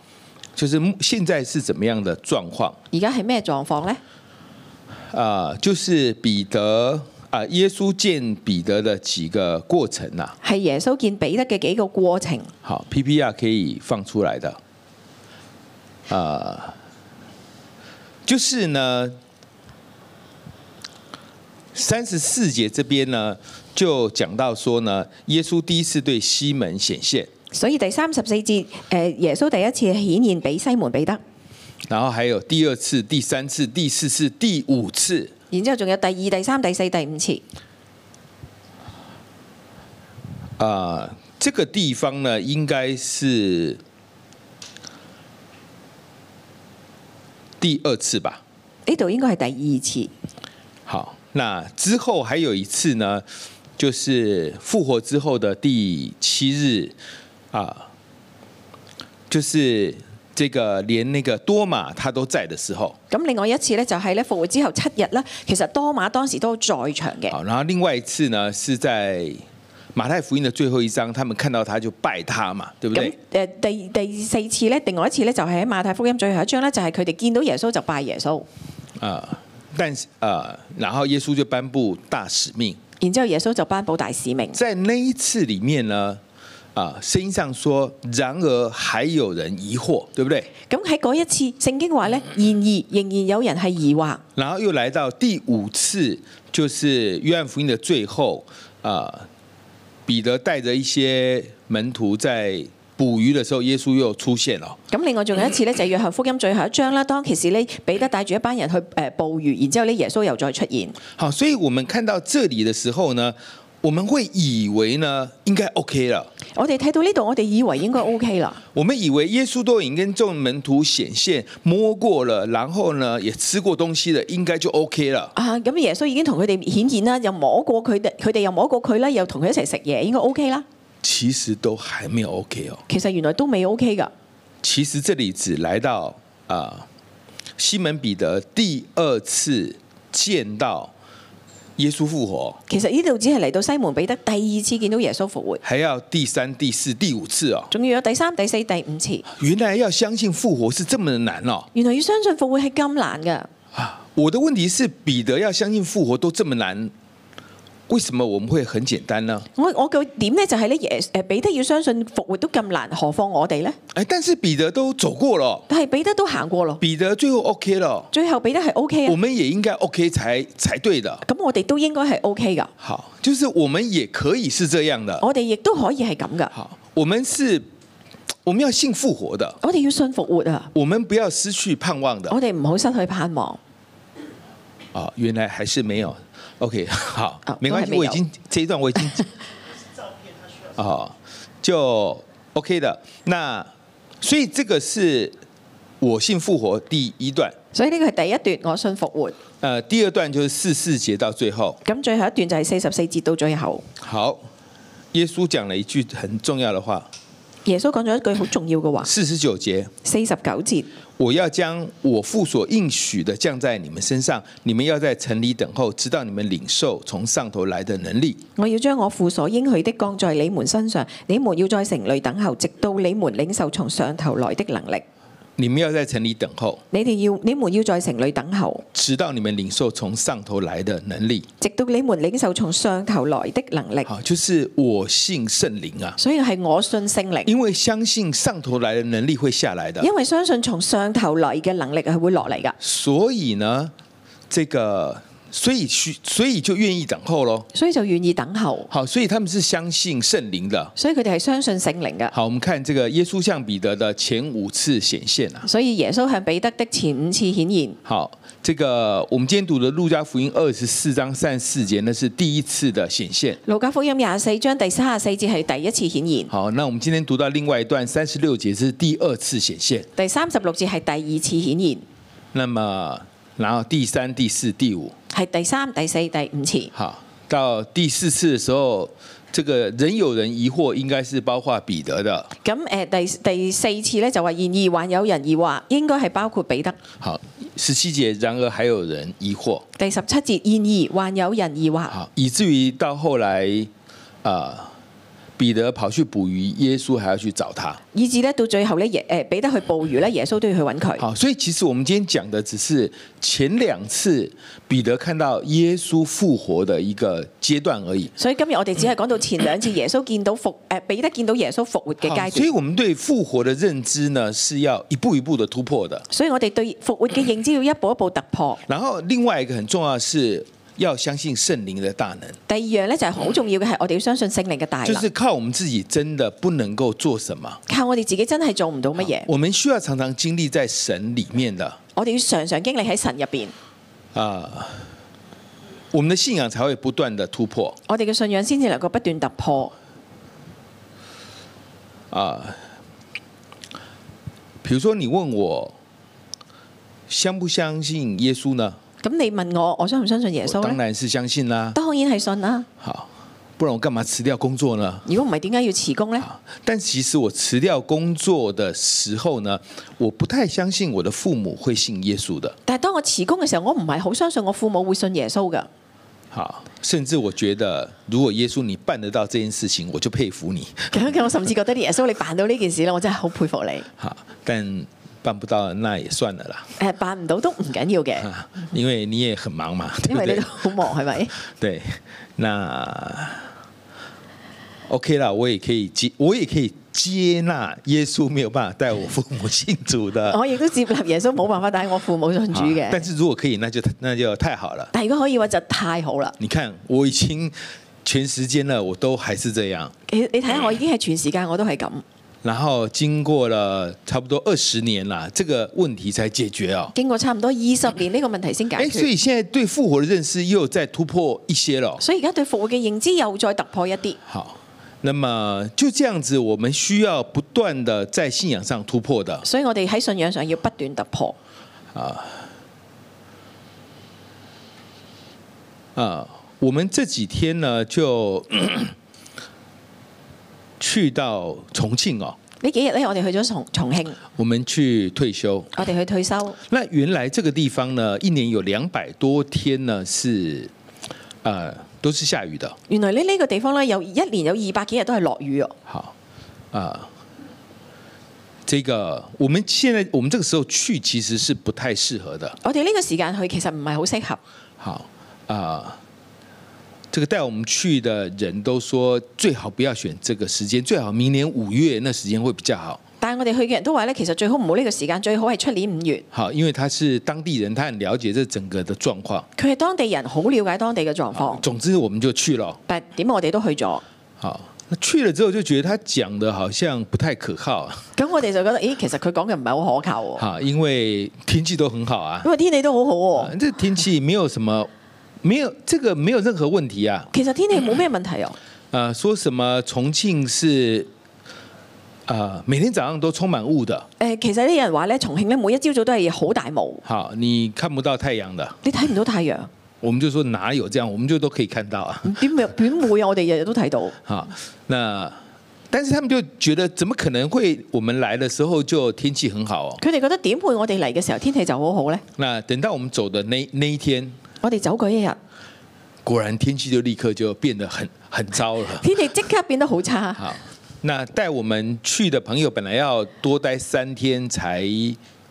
[SPEAKER 2] 就是目现在是怎么样的状况
[SPEAKER 3] 而家係咩狀況呢？
[SPEAKER 2] 啊、就是彼得啊、耶稣见彼得的几个过程啊呐、
[SPEAKER 3] 係耶穌見彼得嘅幾個過程。
[SPEAKER 2] 好，PPR 可以放出来的。啊、就是呢，三十四节这边呢，就讲到说呢，耶稣第一次对西门显现，
[SPEAKER 3] 所以第三十四節，誒耶穌第一次顯現俾西門彼得，
[SPEAKER 2] 然后还有第二次、第三次、第四次、第五次。
[SPEAKER 3] 然之後仲有第二、第三、第四、第五次。
[SPEAKER 2] 啊、这个地方呢，应该是第二次吧。
[SPEAKER 3] 呢度應該係第二次。
[SPEAKER 2] 好，那之后还有一次呢，就是复活之后的第七日啊，就是这个连那个多马他都在的时候，
[SPEAKER 3] 咁另外一次咧就係咧復活之後七日啦，其實多馬當時都在場嘅。
[SPEAKER 2] 啊好，然后另外一次呢是在马太福音的最后一章，他们看到他就拜他嘛，对不
[SPEAKER 3] 咁
[SPEAKER 2] 对？
[SPEAKER 3] 誒第第四次咧，另外一次咧就係喺馬太福音最後一章咧，就係佢哋見到耶穌就拜耶穌，
[SPEAKER 2] 啊，但是啊，然后耶稣就颁布大使命，
[SPEAKER 3] 然之後耶穌就頒布大使命。
[SPEAKER 2] 在那一次里面呢。啊，圣经上说，然而还有人疑惑，对不对？
[SPEAKER 3] 咁喺嗰一次，聖經話咧，然而仍然有人係疑惑。
[SPEAKER 2] 然后又来到第五次，就是约翰福音的最后啊、彼得带着一些门徒在捕鱼的时候，耶稣又出现了。
[SPEAKER 3] 咁另外仲有一次咧，就係約翰福音最後一章啦。當其時咧，彼得帶住一班人去誒捕魚，然之後咧耶穌又再出現。
[SPEAKER 2] 好，所以我们看到这里的时候呢，我们会以为呢应该 OK 了，
[SPEAKER 3] 我哋睇到呢度，我哋以為應該 O K 啦。
[SPEAKER 2] 我们以为耶稣都已经跟众门徒显现摸过了，然后呢也吃过东西了，应该就 OK 了。
[SPEAKER 3] 啊，咁耶穌已經同佢哋顯現啦，又摸過佢哋，佢哋又摸過佢啦，又同佢一齊食嘢，應該 O K 啦。
[SPEAKER 2] 其实都还没有 OK 哦。
[SPEAKER 3] 其實原來都未 O K 噶。
[SPEAKER 2] 其实这里只来到啊、西门彼得第二次见到耶稣复活，
[SPEAKER 3] 其實呢度只係嚟到西門彼得第二次見到耶穌復活，
[SPEAKER 2] 还要第三、第四、第五次哦。
[SPEAKER 3] 仲要有第三、第四、第五次。
[SPEAKER 2] 原來要相信复活是这么的难哦
[SPEAKER 3] 原來要相信復活係咁難噶。
[SPEAKER 2] 啊！我的问题是，彼得要相信复活都这么难，为什么我们会很简单呢？
[SPEAKER 3] 我我嘅點咧就係咧耶誒彼得要相信復活都咁難，何況我哋呢？
[SPEAKER 2] 哎，但是彼得都走过了哦，
[SPEAKER 3] 但係彼得都行過咯，
[SPEAKER 2] 彼得最后 OK 了哦，
[SPEAKER 3] 最後彼得係 O K
[SPEAKER 2] 我
[SPEAKER 3] 啊。
[SPEAKER 2] 们也应该 OK 才才对的。
[SPEAKER 3] 咁我哋都應該係 O K 噶，
[SPEAKER 2] 好，就是我们也可以是这样的。
[SPEAKER 3] 我哋亦都可以係咁噶。
[SPEAKER 2] 好，我们是，我们要信复活的，
[SPEAKER 3] 我哋要信復活啊！
[SPEAKER 2] 我们不要失去盼望的
[SPEAKER 3] 我哋唔好失去盼望。
[SPEAKER 2] 啊、原来还是没有，OK，好
[SPEAKER 3] 哦，
[SPEAKER 2] 没关系，
[SPEAKER 3] 都还
[SPEAKER 2] 我
[SPEAKER 3] 没
[SPEAKER 2] 已
[SPEAKER 3] 有
[SPEAKER 2] 经这一段我已经 <laughs> 啊、就 OK 的。那所以这个是我信复活第一段，
[SPEAKER 3] 所以呢個係第一段，我信復活。
[SPEAKER 2] 呃，第二段就是四四节到最后。
[SPEAKER 3] 咁最後一段就係四十四節到最後，
[SPEAKER 2] 好，耶稣讲了一句很重要的话，
[SPEAKER 3] 耶穌講咗一句好重要嘅話。
[SPEAKER 2] 四十九节。
[SPEAKER 3] 四十九節，
[SPEAKER 2] 我要将我父所应许的降在你们身上，你们要在城里等候，直到你们领受从上头来的能力。
[SPEAKER 3] 我要將我父所應許的降在你們身上，你們要在城裏等候，直到你們領受從上頭來的能力。
[SPEAKER 2] 你们要在城里等候，
[SPEAKER 3] 你哋要你們要在城裏等候，
[SPEAKER 2] 直到你们领受从上头来的能力。
[SPEAKER 3] 直到你們領受從上頭來的能力。
[SPEAKER 2] 好，就是我信圣灵啊，
[SPEAKER 3] 所以係我信聖靈，
[SPEAKER 2] 因为相信上头来的能力会下来的，啊
[SPEAKER 3] 因為相信從上頭來嘅能力係會落嚟噶，
[SPEAKER 2] 所以呢，这个所以需所以就愿意等候咯。
[SPEAKER 3] 所以就願意等候。
[SPEAKER 2] 好，所以他们是相信圣灵的。
[SPEAKER 3] 所以佢哋係相信聖靈嘅。
[SPEAKER 2] 好，我们看这个耶稣向彼得的前五次显现啊。
[SPEAKER 3] 所以耶穌向彼得的前五次顯現。
[SPEAKER 2] 好，这个我们今天读的路加福音二十四章三十四节，那是第一次的显现。
[SPEAKER 3] 路加福音廿四章第三十四節係第一次顯現，
[SPEAKER 2] 好，那我们今天读到另外一段三十六节是第二次显现，
[SPEAKER 3] 第三十六節係第二次顯現，
[SPEAKER 2] 那么然后第三、第四、第五，
[SPEAKER 3] 係第三、第四、第五次。
[SPEAKER 2] 好，到第四次的时候，这个仍有人疑惑，应该是包括彼得的。
[SPEAKER 3] 咁誒、呃第第四次咧就話，然而還有人疑惑，應該係包括彼得。
[SPEAKER 2] 好，十七节，然而还有人疑惑，
[SPEAKER 3] 第十七節，然而還有人疑惑，
[SPEAKER 2] 好，以至于到后来，啊、彼得跑去捕鱼，耶稣还要去找他。
[SPEAKER 3] 以至咧到最後咧，耶誒彼得去捕魚咧，耶穌都要去揾佢。
[SPEAKER 2] 好，所以其实我们今天讲的只是前两次彼得看到耶稣复活的一个阶段而已。
[SPEAKER 3] 所以今日我哋只係講到前兩次耶穌見到復誒、呃彼得見到耶穌復活嘅
[SPEAKER 2] 好
[SPEAKER 3] 階
[SPEAKER 2] 所以
[SPEAKER 3] 段。
[SPEAKER 2] 我们对复活的认知呢，是要一步一步的突破的。
[SPEAKER 3] 所以我哋對復活嘅認知要一步一步突破。
[SPEAKER 2] 然后另外一个很重要的是要相信圣灵的大能，
[SPEAKER 3] 第二樣咧就係好重要嘅係，我哋要相信聖靈嘅大
[SPEAKER 2] 就
[SPEAKER 3] 能。
[SPEAKER 2] 是靠我们自己真的不能够做什么。
[SPEAKER 3] 靠我哋自己真係做唔到乜嘢，
[SPEAKER 2] 我们需要常常经历在神里面的啊、
[SPEAKER 3] 我哋要常常經歷喺神入邊，
[SPEAKER 2] 我们的信仰才会不断的突破
[SPEAKER 3] 我哋嘅信仰先至能夠不斷突破。
[SPEAKER 2] 啊、比如说，你问我相不相信耶稣呢？
[SPEAKER 3] 咁你問我，我相唔相信耶
[SPEAKER 2] 我
[SPEAKER 3] 穌
[SPEAKER 2] 当
[SPEAKER 3] 呢？
[SPEAKER 2] 然是相信啦。
[SPEAKER 3] 當然係信啦。
[SPEAKER 2] 好，不然我干嘛辞掉工作呢？
[SPEAKER 3] 如果唔係，點解要辭工呢？
[SPEAKER 2] 但其实我辞掉工作的时候呢，我不太相信我的父母会信耶稣的。
[SPEAKER 3] 但係當我辭工嘅時候，我唔係好相信我父母會信耶穌噶。
[SPEAKER 2] 好，甚至我觉得，如果耶稣你办得到这件事情，我就佩服你。
[SPEAKER 3] 咁咁我甚至覺得耶穌你辦到呢件事咧，我真係好佩服你。
[SPEAKER 2] <laughs>
[SPEAKER 3] 誒、
[SPEAKER 2] 好，但办不到那也算了啦，
[SPEAKER 3] 辦唔到都唔緊要嘅，
[SPEAKER 2] 啊，因为你也很忙嘛，
[SPEAKER 3] <laughs>
[SPEAKER 2] 对
[SPEAKER 3] 因
[SPEAKER 2] 不
[SPEAKER 3] 為你
[SPEAKER 2] 对
[SPEAKER 3] 都？好忙係咪？
[SPEAKER 2] 对，那 OK 啦，我也可以接，我也可以接纳耶稣没有办法带我父母信主的。
[SPEAKER 3] 我亦都接納耶穌冇辦法帶我父母信主
[SPEAKER 2] 啊但
[SPEAKER 3] 嘅。
[SPEAKER 2] 是如果可以，那就那就太好了。
[SPEAKER 3] 但係如果可以嘅話，就太好啦。
[SPEAKER 2] 你看，我已经全时间了，我都还是这样。
[SPEAKER 3] 你你睇下，我已經係全時間我都係咁，
[SPEAKER 2] 然后经过了差不多二十年啦，这个问题才解决哦。
[SPEAKER 3] 經過差唔多二十年呢個問題先解
[SPEAKER 2] 哎，所
[SPEAKER 3] 決。
[SPEAKER 2] 以现在对复活的认识又在突破一些了。哦
[SPEAKER 3] 所以而家對復活嘅認知又再突破一啲。
[SPEAKER 2] 好，那么就这样子，我们需要不断的在信仰上突破的。
[SPEAKER 3] 所以我哋喺信仰上要不斷突破。
[SPEAKER 2] 啊，我们这几天呢就 <coughs> 去到重庆哦，
[SPEAKER 3] 呢幾日咧，我哋去咗重重慶，
[SPEAKER 2] 我们去退休。
[SPEAKER 3] 我哋去退休。
[SPEAKER 2] 那原来这个地方呢，一年有两百多天呢是，呃，都是下雨的。
[SPEAKER 3] 原來呢呢個地方咧，有一年有二百幾日都係落雨哦。
[SPEAKER 2] 好，啊、这个我们现在我们这个时候去其实是不太适合的。
[SPEAKER 3] 我哋呢個時間去其實唔係好適合。
[SPEAKER 2] 好，啊、这个带我们去的人都说最好不要选这个时间，最好明年五月那时间会比较好。
[SPEAKER 3] 但係我哋去嘅人都話咧，其實最好唔好呢個時間，最好係出年五月。
[SPEAKER 2] 好，因为他是当地人，他很了解这整个的状况。
[SPEAKER 3] 佢係當地人，好了解當地嘅狀況。
[SPEAKER 2] 总之，我们就去了。
[SPEAKER 3] 但係點我哋都去咗，
[SPEAKER 2] 好，那去了之后就觉得他讲的好像不太可靠啊，
[SPEAKER 3] 咁我哋就覺得，咦，其實佢講嘅唔係好可靠喎，
[SPEAKER 2] 好，因为天气都很好啊
[SPEAKER 3] 因，為天氣都好好喎。
[SPEAKER 2] 这天气没有什么，没有这个没有任何问题啊，
[SPEAKER 3] 其實天氣冇咩問題哦，
[SPEAKER 2] 呃，说什么重庆是，呃，每天早上都充滿雾的，
[SPEAKER 3] 誒，其實呢有人話咧，重慶咧每一朝早都係好大霧，
[SPEAKER 2] 好，你看不到太阳的，
[SPEAKER 3] 你睇唔到太陽，
[SPEAKER 2] 我们就說哪有這樣，我們就都可以看到啊，
[SPEAKER 3] 點會點會啊？我哋日日都睇到，
[SPEAKER 2] 好，那。但是他们就觉得，怎么可能会我们来的時候就天氣很好哦？
[SPEAKER 3] 佢哋覺得點會我哋嚟嘅時候天氣就好好咧？
[SPEAKER 2] 那等到我們走的那那一天，
[SPEAKER 3] 我哋走嗰一日，
[SPEAKER 2] 果然天氣就立刻就變得很很糟了。
[SPEAKER 3] 天氣即刻變得好差。
[SPEAKER 2] 好，那带我们去的朋友本来要多待三天才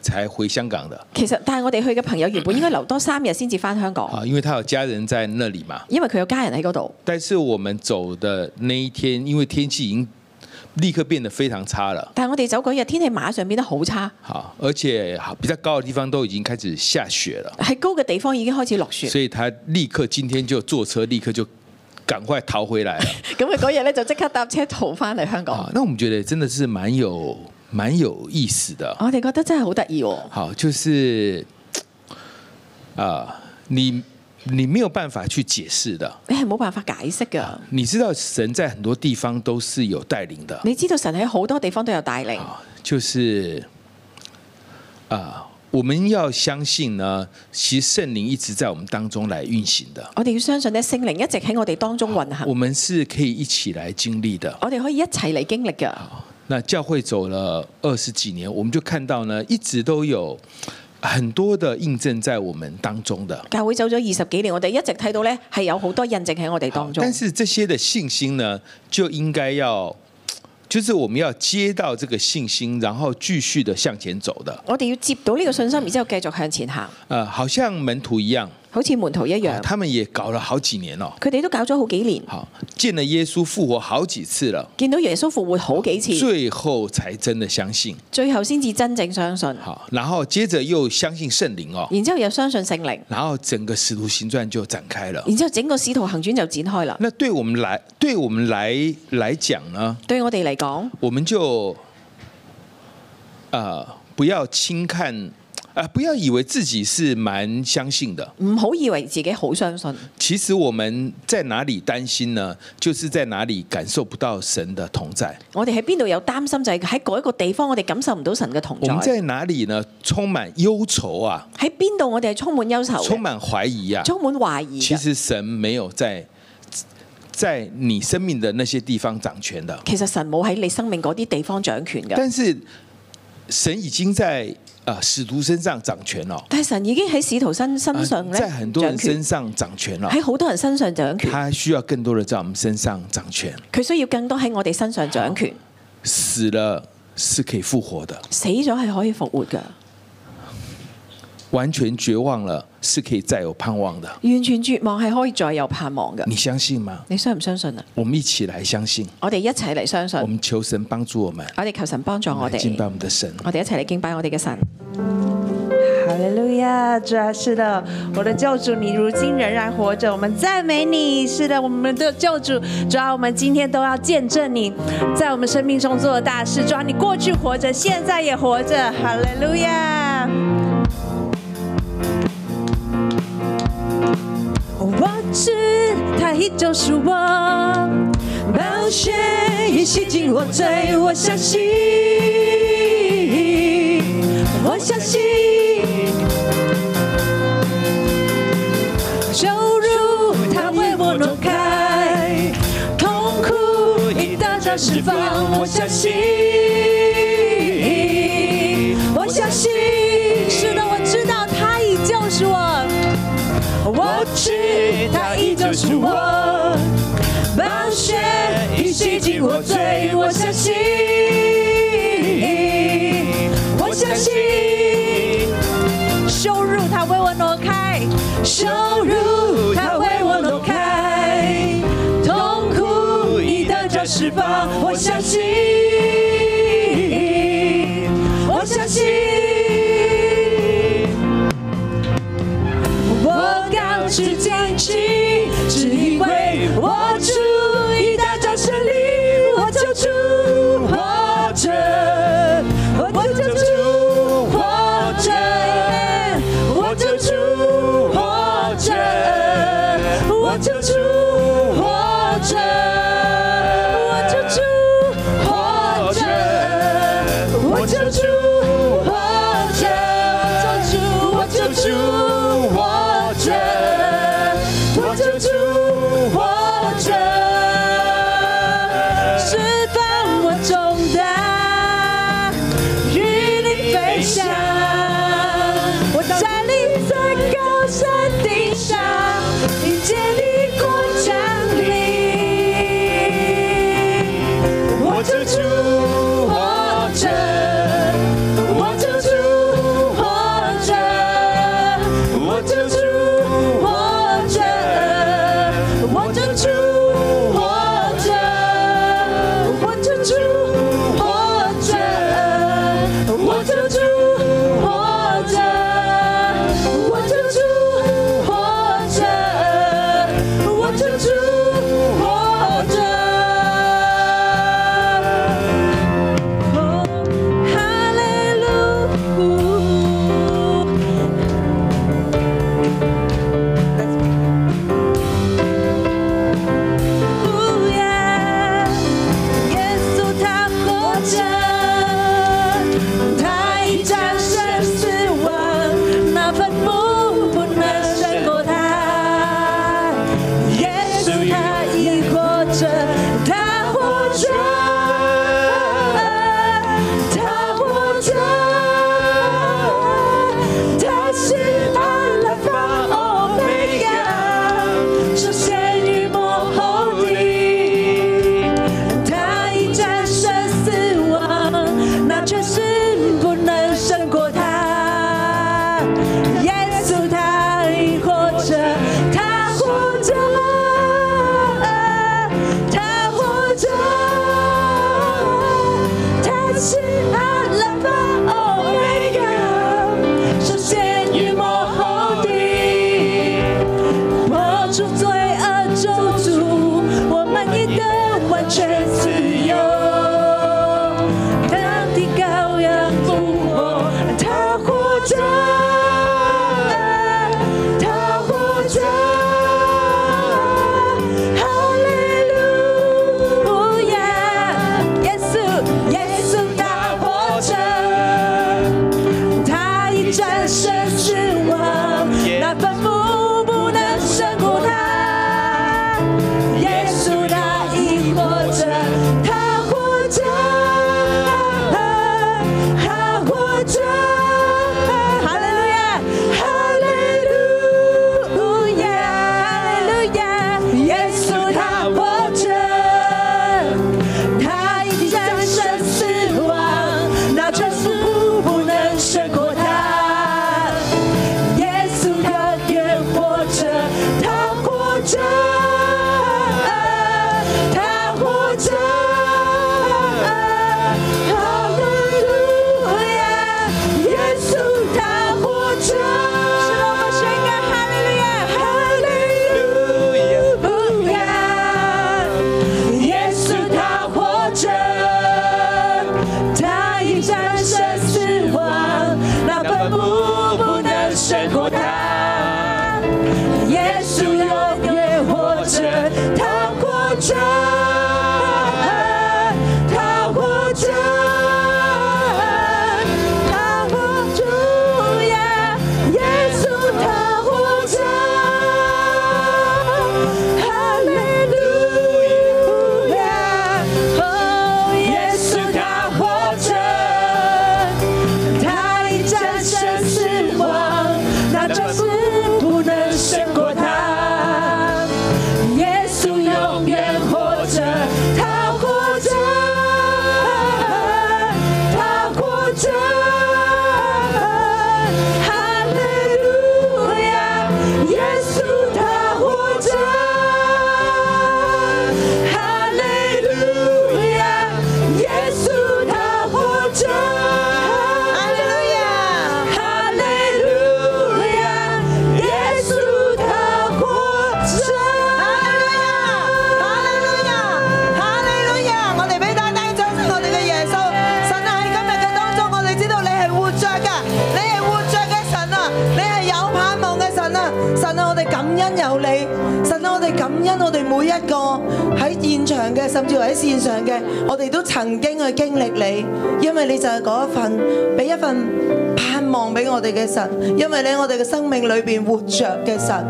[SPEAKER 2] 才回香港的
[SPEAKER 3] 其實帶我哋去嘅朋友原本應該留多三日先至翻香港，
[SPEAKER 2] 啊，因为他有家人在那里嘛。
[SPEAKER 3] 因為佢有家人喺嗰度。
[SPEAKER 2] 但是我们走的那一天，因为天气已经立刻变得非常差了，
[SPEAKER 3] 但係我哋走嗰日天氣馬上變得好差，
[SPEAKER 2] 好，而且好比较高的地方都已經開始下雪了，
[SPEAKER 3] 喺高嘅地方已經開始落雪。
[SPEAKER 2] 所以他立刻今天就坐車，立刻就赶快逃回來了。
[SPEAKER 3] 咁佢嗰日咧就即刻搭車逃翻嚟香港。
[SPEAKER 2] <laughs> 啊，那我們覺得真的是蠻有蠻有意思的。
[SPEAKER 3] 我哋覺得真係好得意喎，
[SPEAKER 2] 好，就是啊，你你沒有辦法去解釋的，
[SPEAKER 3] 你係冇辦法解釋㗎。
[SPEAKER 2] 你知道神在很多地方都是有帶領的。
[SPEAKER 3] 你知道神喺好多地方都有帶領，
[SPEAKER 2] 啊，就是啊，我们要相信呢，其实圣灵一直在我们当中来运行的，
[SPEAKER 3] 我哋要相信咧，聖靈一直喺我哋當中運行
[SPEAKER 2] 我，们是可以一起来经历的。
[SPEAKER 3] 我哋可以一齊嚟經歷㗎。
[SPEAKER 2] 那教会走了二十几年，我们就看到呢，一直都有很多的印证在我们当中的。
[SPEAKER 3] 教會走咗二十幾年，我哋一直睇到咧係有好多印證喺我哋當中
[SPEAKER 2] 但。是这些的信心呢，就应该要，就是我们要接到这个信心，然后继续的向前走的。
[SPEAKER 3] 我哋要接到呢個信心，然之後繼續向前行，
[SPEAKER 2] 呃，好像门徒一样，啊
[SPEAKER 3] 好似門徒一樣，
[SPEAKER 2] 他们也搞了好几年哦。
[SPEAKER 3] 佢哋都搞咗好幾年，
[SPEAKER 2] 好，见了耶稣复活好几次了，
[SPEAKER 3] 見到耶穌復活好幾次，
[SPEAKER 2] 最后才真的相信。
[SPEAKER 3] 最後先至真正相信，
[SPEAKER 2] 好，然后接着又相信圣灵哦，
[SPEAKER 3] 然之後又相信聖靈，
[SPEAKER 2] 然后整个使徒行传就展开了。
[SPEAKER 3] 然之後整個使徒行傳就展開啦。
[SPEAKER 2] 那对我们来，对我们来来讲呢，
[SPEAKER 3] 對我哋嚟講，
[SPEAKER 2] 我们就呃不要轻看。啊、不要以为自己是蛮相信的。
[SPEAKER 3] 唔好以為自己好相信。
[SPEAKER 2] 其实我们在哪里担心呢？就是在哪里感受不到神的同在。
[SPEAKER 3] 我哋喺邊度有擔心，就係喺嗰一個地方，我哋感受唔到神嘅同
[SPEAKER 2] 我
[SPEAKER 3] 在
[SPEAKER 2] 们。在哪里呢？充满忧愁啊，
[SPEAKER 3] 喺邊度，我哋係充滿憂愁嘅
[SPEAKER 2] 充滿懷疑啊。
[SPEAKER 3] 充滿懷疑
[SPEAKER 2] 其
[SPEAKER 3] 嘅。
[SPEAKER 2] 實神沒有在在你生命的那些地方掌權的，
[SPEAKER 3] 其實神冇喺你生命嗰啲地方掌權嘅，
[SPEAKER 2] 但是神已經在啊使徒身上掌權了，
[SPEAKER 3] 但係神已經喺使徒身身上
[SPEAKER 2] 啊
[SPEAKER 3] 咧
[SPEAKER 2] 在很多人
[SPEAKER 3] 掌權
[SPEAKER 2] 身，上掌權了，
[SPEAKER 3] 喺好多人身上掌權。
[SPEAKER 2] 他需要更多的在我們身上掌權。
[SPEAKER 3] 佢需要更多喺我哋身上掌權，
[SPEAKER 2] 哦死了是可以復活的，
[SPEAKER 3] 死咗係可以復活㗎，
[SPEAKER 2] 完全絕望了是可以再有盼望的。
[SPEAKER 3] 完全絕望係可以再有盼望㗎。
[SPEAKER 2] 你相信嗎？
[SPEAKER 3] 你相唔相信啊？
[SPEAKER 2] 我們一起來相信，
[SPEAKER 3] 我哋一齊嚟相信，
[SPEAKER 2] 我們求神幫助我們，
[SPEAKER 3] 我哋求神幫助我
[SPEAKER 2] 來敬
[SPEAKER 3] 哋，
[SPEAKER 2] 拜我們的神。
[SPEAKER 3] 我哋一齊嚟敬拜我哋嘅神。
[SPEAKER 4] 哈利路亚！主啊，是的，我的救主，你如今仍然活着，我们赞美你。是的，我们的救主，主啊，我们今天都要见证你在我们生命中做的大事。主啊，你过去活着，现在也活着。哈利路亚！我知他依旧是我，宝血已洗净我罪，我相信，我相信，羞辱他为我挪开，痛苦已得到释放，我相信，我相信，是的，我知道他已救赎我。我知他依旧是我，暴雪已洗净我罪，我相信，我相信，羞辱他为我挪开，羞辱他为我挪开，痛苦已得着释放，我相信，我相信。我高举剑旗，只因为我主已得着胜利，我救主活着，我救主活着，我救主活着，我救主活着，我救主活着，我救主活着，我救主，我救主。活着，我救主活着，释放我重担，与你飞翔。我站立在高山顶上，迎接你光降临。我救主生死亡，那坟墓不能胜过他。耶稣永远活着，他活着，他活着，他活着呀！耶稣他活着，哈利路亚！哦，耶稣他活着。他已战胜死亡，那战死不能胜过他。耶稣永远活着，他活着，他活着。哈利路亚，耶稣他活着。哈利路亚，耶稣他活着。哈利路亚，哈利路亚，耶稣他活着。哈利路亚，哈利路亚，哈利路亚，我哋俾大家掌聲我哋嘅耶穌。神啊喺今日嘅當中，我哋知道你係活着㗎，你係活着嘅神啊，你係有盼望嘅神啊，神啊我哋感恩有你，神啊我哋感恩我哋每一個喺現場嘅，甚至乎喺線上嘅，我哋都曾經去經歷你，因為你就係嗰一份，俾一份盼望俾我哋嘅神，因為你喺我哋嘅生命裏邊活着嘅神。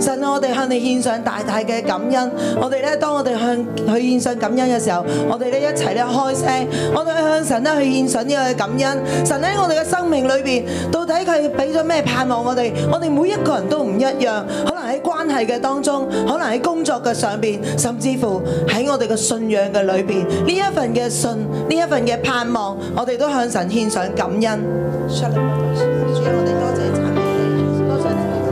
[SPEAKER 4] 神啊，我哋向你獻上大大嘅感恩。我哋咧，當我哋向佢獻上感恩嘅時候，我哋咧一齊咧開聲，我哋向神咧去獻上呢個嘅感恩。神喺我哋嘅生命裏邊，到底佢俾咗咩盼望我哋？我哋每一個人都唔一樣，可能喺關係嘅當中，可能喺工作嘅上邊，甚至乎喺我哋嘅信仰嘅裏邊，呢一份嘅信，呢一份嘅盼望，我哋都向神獻上感恩。主啊我哋多謝讚美你，多謝你。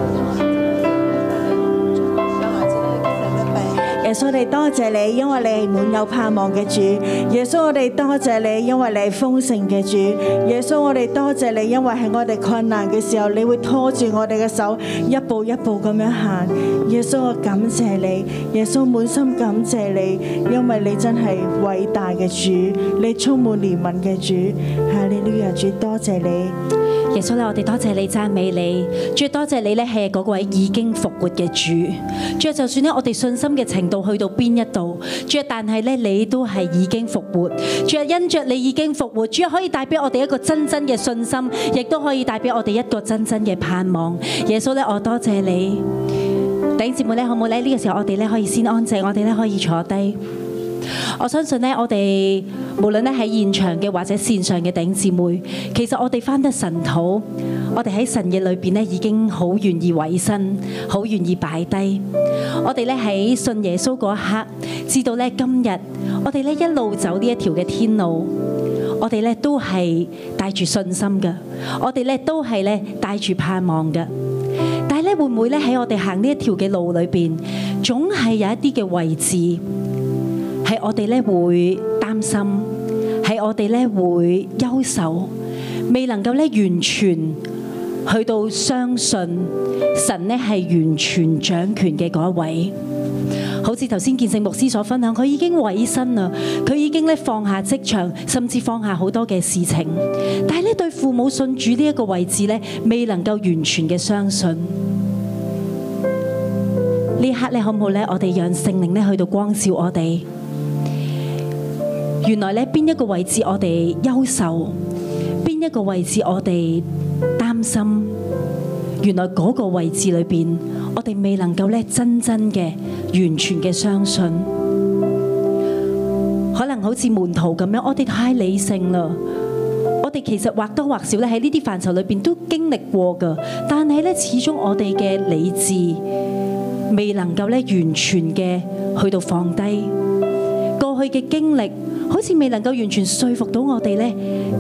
[SPEAKER 5] 耶穌，我哋多謝你，因為你係滿有盼望嘅主。耶穌，我哋多謝你，因為你係豐盛嘅主。耶穌，我哋多謝你，因為喺我哋困難嘅時候，你會拖住我哋嘅手，一步一步咁樣行。耶穌，我感謝你，耶穌滿心感謝你，因為你真係偉大嘅主，你充滿憐憫嘅主。哈利路亞，主多謝你。
[SPEAKER 6] 耶穌咧，我哋多謝你讚美你，主多謝你咧係嗰位已經復活嘅主，主啊就算咧我哋信心嘅程度去到邊一度，主啊但係咧你都係已經復活，主啊因着你已經復活，主啊可以帶俾我哋一個真真嘅信心，亦都可以帶俾我哋一個真真嘅盼望。耶穌咧，我多謝你，弟兄姊妹咧，好唔好咧？呢、個時候我哋咧可以先安靜，我哋咧可以坐低。我相信咧，我哋無論咧喺現場嘅或者線上嘅頂姊妹，其實我哋翻得神土，我哋喺神嘅裏邊咧已經好願意委身，好願意擺低。我哋咧喺信耶穌嗰一刻，至到咧今日，我哋咧一路走呢一條嘅天路。我哋咧都係帶住信心嘅，我哋咧都係咧帶住盼望嘅。但係咧會唔會咧喺我哋行呢一條嘅路裏邊，總係有一啲嘅位置，係我哋咧會擔心，係我哋咧會憂愁，未能夠咧完全去到相信神咧係完全掌權嘅嗰一位。好似頭先見證牧師所分享，佢已經委身啦，佢已經咧放下職場，甚至放下好多嘅事情，但係咧對父母信主呢一個位置咧，未能夠完全嘅相信。呢刻咧好唔好咧？我哋讓聖靈咧去到光照我哋。原來咧邊一個位置我哋優秀，邊一個位置我哋擔心，原來嗰個位置裏邊，我哋未能夠咧真真嘅、完全嘅相信。可能好似門徒咁樣，我哋太理性啦。我哋其實或多或少咧喺呢啲範疇裏邊都經歷過㗎，但係咧始終我哋嘅理智未能夠咧完全嘅去到放低。過去嘅經歷，好似未能夠完全說服到我哋呢，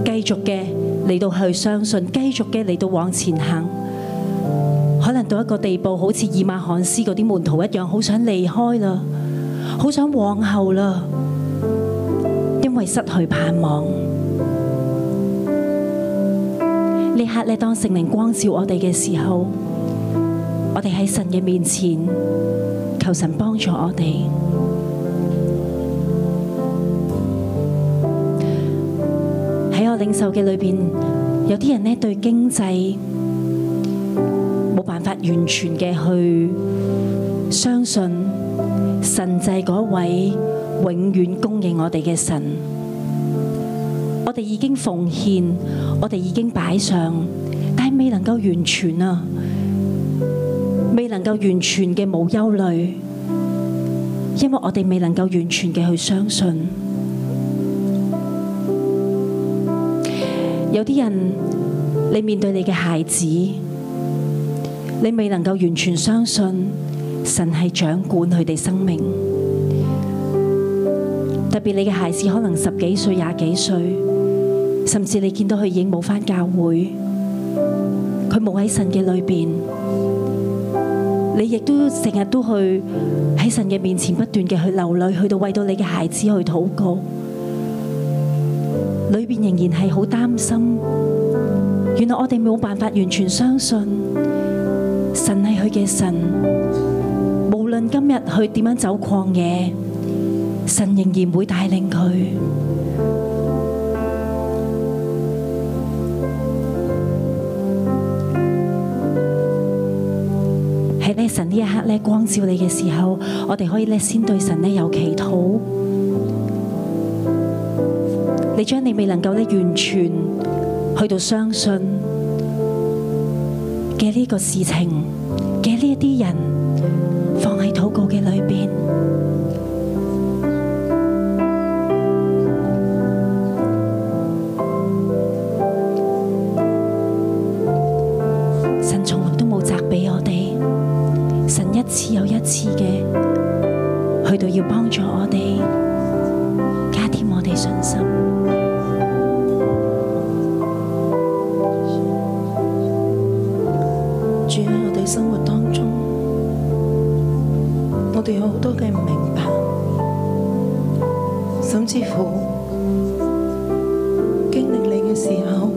[SPEAKER 6] 繼續嘅嚟到去相信，繼續嘅嚟到往前行。可能到一個地步，好似以馬罕斯嗰啲門徒一樣，好想離開啦，好想往後啦，因為失去盼望。呢刻呢，當聖靈光照我哋嘅時候，我哋喺神嘅面前，求神幫助我哋。喺我我領受嘅裏邊，有啲人呢對經濟冇辦法完全嘅去相信神就係嗰位永遠供應我哋嘅神。我哋已經奉獻，我哋已經擺上，但係未能夠完全啊，未能夠完全嘅冇憂慮，因為我哋未能夠完全嘅去相信。有啲人，你面對你嘅孩子，你未能夠完全相信神係掌管佢哋生命。特別你嘅孩子可能十幾歲、廿幾歲，甚至你見到佢已經冇返教會，佢冇喺神嘅裏邊，你亦都成日都去喺神嘅面前不斷嘅去流淚，去到為到你嘅孩子去禱告。裏邊仍然係好擔心。原來我哋冇辦法完全相信神係佢嘅神，無論今日佢點樣走曠野，神仍然會帶領佢。喺咧神呢一刻咧光照你嘅時候，我哋可以咧先對神咧有祈禱。你將你未能夠咧完全去到相信嘅呢個事情嘅呢一啲人，放喺禱告嘅裏邊。神從來都冇責備我哋，神一次又一次嘅去到要幫助我哋，加添我哋信心。
[SPEAKER 7] 住喺我哋生活當中，我哋有好多嘅唔明白，甚至乎經歷你嘅時候，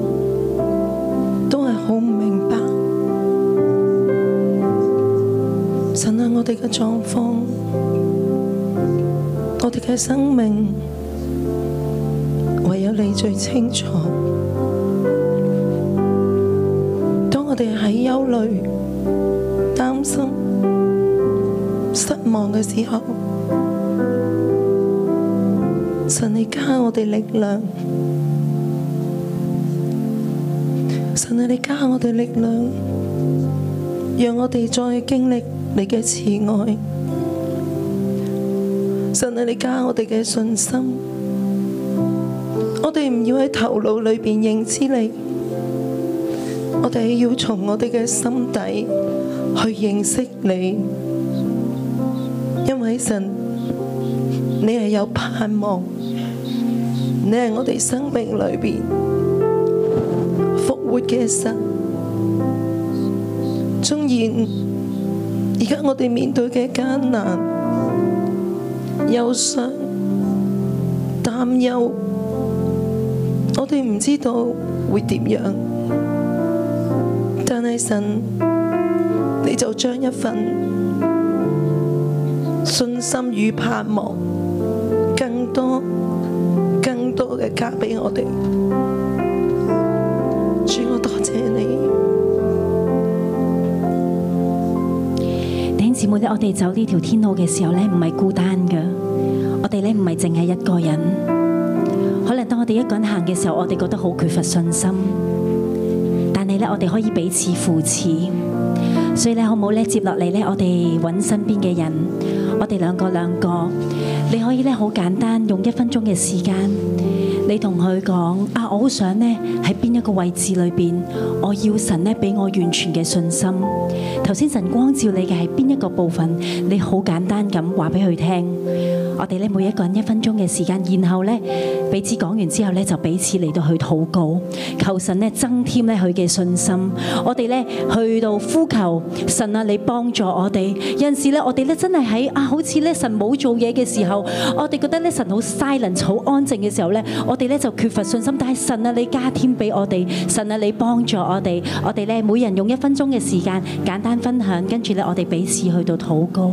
[SPEAKER 7] 都係好唔明白。神啊，我哋嘅狀況，我哋嘅生命，唯有你最清楚。當我哋喺憂慮、擔心、失望嘅時候，神你加我哋力量，神啊，你加我哋力量，讓我哋再經歷你嘅慈愛。神啊，你加我哋嘅信心，我哋唔要喺頭腦裏邊認知你。我哋要從我哋嘅心底去認識你，因為神，你係有盼望，你係我哋生命裏邊復活嘅神。縱然而家我哋面對嘅艱難、憂傷、擔憂，我哋唔知道會點樣。但係神，你就將一份信心與盼望，更多、更多嘅加俾我哋。主，我多謝你。
[SPEAKER 6] 弟兄姊妹咧，我哋走呢條天路嘅時候咧，唔係孤單嘅，我哋咧唔係淨係一個人。可能當我哋一個人行嘅時候，我哋覺得好缺乏信心，但係咧，我哋可以彼此扶持。所以咧，好唔好咧？接落嚟咧，我哋揾身邊嘅人，我哋兩個兩個，你可以咧好簡單用一分鐘嘅時間，你同佢講啊，我好想咧喺邊一個位置裏邊，我要神咧俾我完全嘅信心。頭先神光照你嘅係邊一個部分，你好簡單咁話俾佢聽。我哋咧每一個人一分鐘嘅時間，然後咧彼此講完之後咧，就彼此嚟到去禱告，求神咧增添咧佢嘅信心。我哋咧去到呼求神啊，你幫助我哋。有陣時咧，我哋咧真係喺啊，好似咧神冇做嘢嘅時候，我哋覺得咧神好 silent、好安靜嘅時候咧，我哋咧就缺乏信心。但係神啊，你加添俾我哋，神啊，你幫助我哋。我哋咧每人用一分鐘嘅時間簡單分享，跟住咧我哋彼此去到禱告。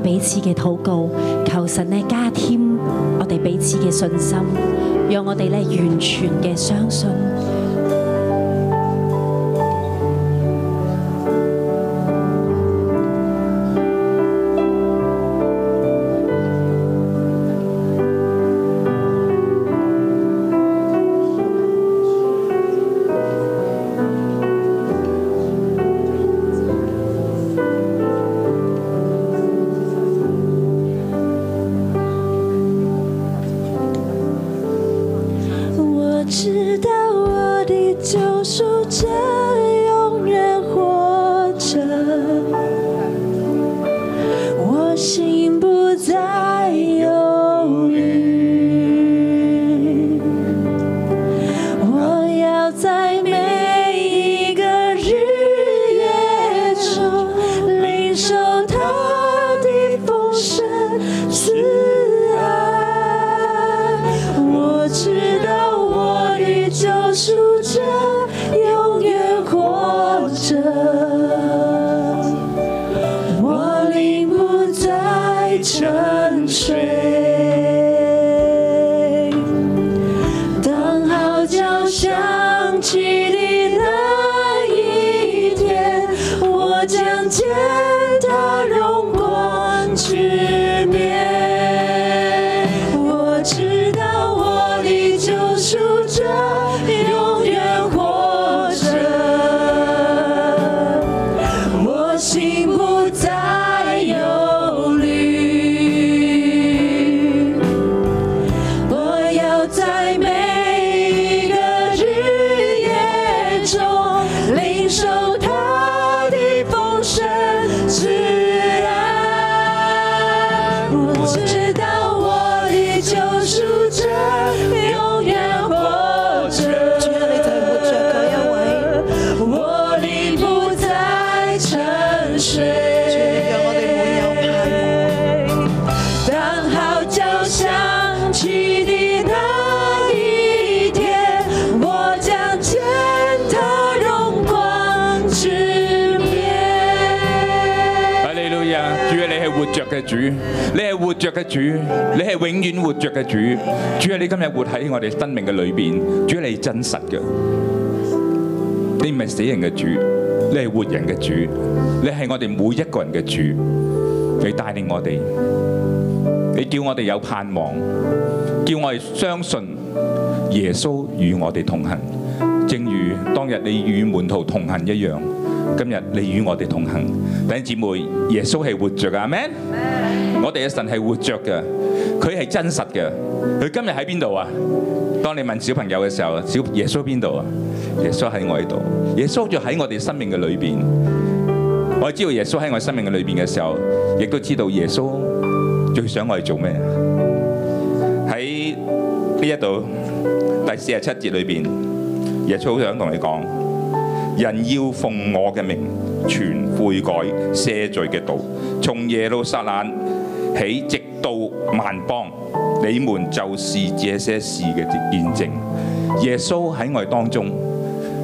[SPEAKER 6] 彼此嘅禱告，求神咧加添我哋彼此嘅信心，讓我哋咧完全嘅相信。
[SPEAKER 4] 我知道我的救赎者永远活着，我心不再忧郁。我要在每一个日夜中领受他的丰盛慈爱。我知道我的救赎者永远活着，我灵不再沉睡。当号角响起的那一天，我将见他荣光之面。我知道我的救赎者永远活着，我心不再忧虑。我要在每一个日夜中领受他的丰盛慈爱。我知道我的救赎者永远活着。
[SPEAKER 7] 主啊，你就係活着嗰一位，
[SPEAKER 4] 我灵不再沉睡。
[SPEAKER 7] 主你讓我哋滿有盼望。
[SPEAKER 4] 当号角响起的那一天，我将见他荣光之面。
[SPEAKER 8] 哈利路亞，主啊，你係活着嘅主，你係活着嘅主，你係永遠活着嘅主。主啊，你今日活喺我哋生命嘅裏邊，主啊，你係真實嘅，你唔係死人嘅主，你係活人嘅主，你係我哋每一個人嘅主，你帶領我哋，你叫我哋有盼望，叫我哋相信耶穌與我哋同行，正如當日你與門徒同行一樣。今日你與我哋同行，弟兄姊妹，耶穌係活着嘅，阿 Man，我哋嘅神係活着嘅，佢係真實嘅。佢今日喺邊度啊？當你問小朋友嘅時候，小耶穌邊度啊？耶穌喺我呢度，耶穌就喺我哋生命嘅裏邊。我知道耶穌喺我生命嘅裏邊嘅時候，亦都知道耶穌最想我哋做咩。喺呢一度第四十七節裏邊，耶穌好想同你講。人要奉我嘅名傳悔改赦罪嘅道，從耶路撒冷起，直到萬邦，你們就是這些事嘅見證。耶穌喺我哋當中，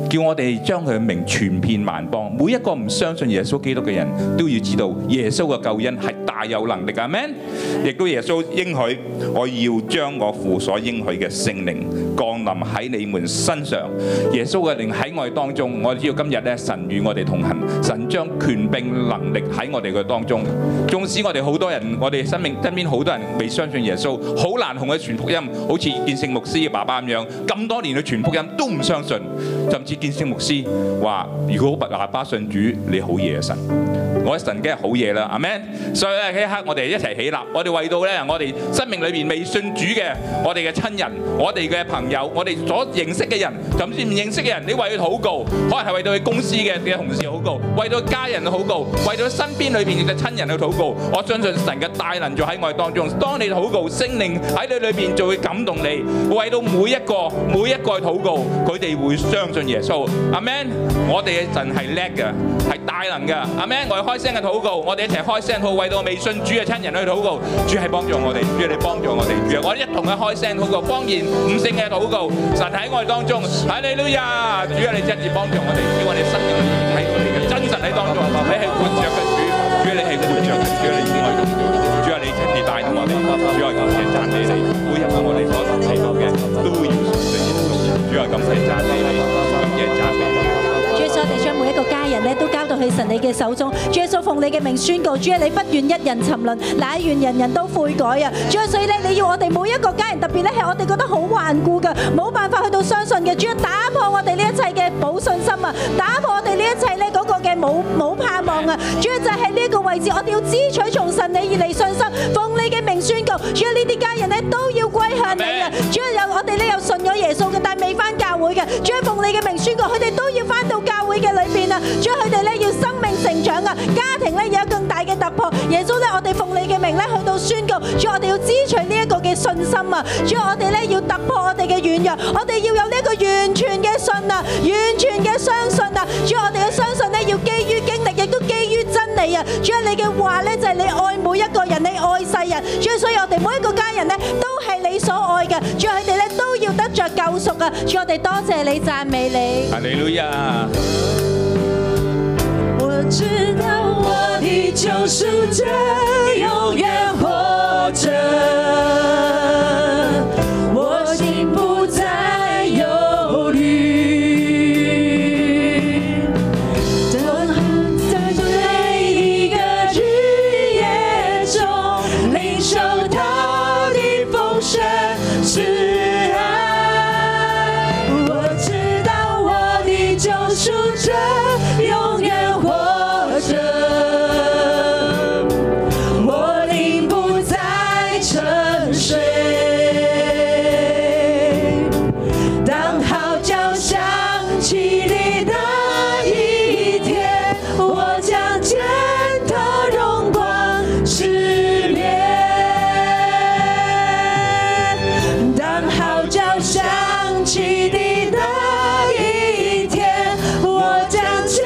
[SPEAKER 8] 叫我哋將佢嘅名傳遍萬邦。每一個唔相信耶穌基督嘅人都要知道，耶穌嘅救恩係大有能力嘅。Amen。亦都耶穌應許，我要將我父所應許嘅聖靈降臨喺你們身上。耶穌嘅靈喺我哋當中，我知道今日咧，神與我哋同行，神將權柄能力喺我哋嘅當中。縱使我哋好多人，我哋生命身邊好多人未相信耶穌，好難同佢傳福音，好似見聖牧師嘅爸爸咁樣，咁多年去傳福音都唔相信，甚至見聖牧師話：如果爸爸信主，你好嘢啊神。我神梗係好嘢啦，阿 Man。所以咧呢一刻，我哋一齊起立，我哋為到咧我哋生命裏邊未信主嘅，我哋嘅親人，我哋嘅朋友，我哋所認識嘅人，甚至唔認識嘅人，你為佢禱告，可能係為到佢公司嘅嘅同事禱告，為到家人去禱告，為到身邊裏邊嘅親人去禱告。我相信神嘅大能就喺我哋當中。當你禱告，聖靈喺你裏邊就會感動你，為到每一個每一個去禱告，佢哋會相信耶穌。阿 Man，我哋嘅神係叻嘅。係大能嘅。阿 Man，我哋開聲嘅禱告，我哋一齊開聲禱告，為到未信主嘅親人去禱告。主係幫助我哋，主啊你幫助我哋，主我哋一同去開聲禱告，方言五聖嘅禱告，神喺我哋當中，哈利路亞！啊主啊，你真係幫助我哋，叫我哋生命裏面睇到你嘅真實喺當中，你係活着嘅主，主你你係活着嘅，主啊，你愛咁做，主啊，你親自帶領我哋，主啊，感謝讚美啊你，每一個我哋所提到嘅都要順順耶穌，主啊，感謝讚美你，感謝讚美你。
[SPEAKER 9] 主耶穌，我哋將每一個家人咧都交到去神你嘅手中。主耶穌，奉你嘅名宣告，主啊，你不願一人沉淪，乃願人人都悔改啊！主啊，所以咧，你要我哋每一個家人，特別咧係我哋覺得好頑固嘅，冇辦法去到相信嘅，主啊，打破我哋呢一切嘅冇信心啊，打破我哋呢一切咧嗰個嘅冇冇盼望啊！主要就係呢一個位置，我哋要支取從神你而嚟信心，奉你嘅名宣告，主啊，呢啲家人咧都要歸向你啊！主啊，有我哋咧有信咗耶穌嘅，但係未翻教會嘅，主啊，奉你嘅名宣告，佢哋都要翻到教會嘅裏邊啊！主啊，佢哋咧要生命成長啊，家庭咧有更大嘅突破。耶穌咧，我哋奉你嘅名咧去到宣告，主啊，我哋要支取呢一個嘅信心啊！主啊，我哋咧要突破我哋嘅軟弱，我哋要有呢一個完全嘅信啊，完全嘅相信啊！主啊，我哋嘅相信咧要基於經歷，亦都基於真理啊！主啊，你嘅話咧就係你愛每一個人，你愛世人。主啊，所以我哋每一個家人咧都係你所愛嘅。主啊，佢哋咧都要得着救贖啊！主啊，我哋多謝你，讚美你。
[SPEAKER 8] 哈利路亞。
[SPEAKER 4] 我知道我的救赎者永远活着，我心不再忧虑。等在每一个日夜中，领受他的丰盛慈爱。我知道我的救赎者永远活着，我灵不再沉睡。当号角响起的那一天，我将见他荣光失眠。当号角响起的那一天，我将见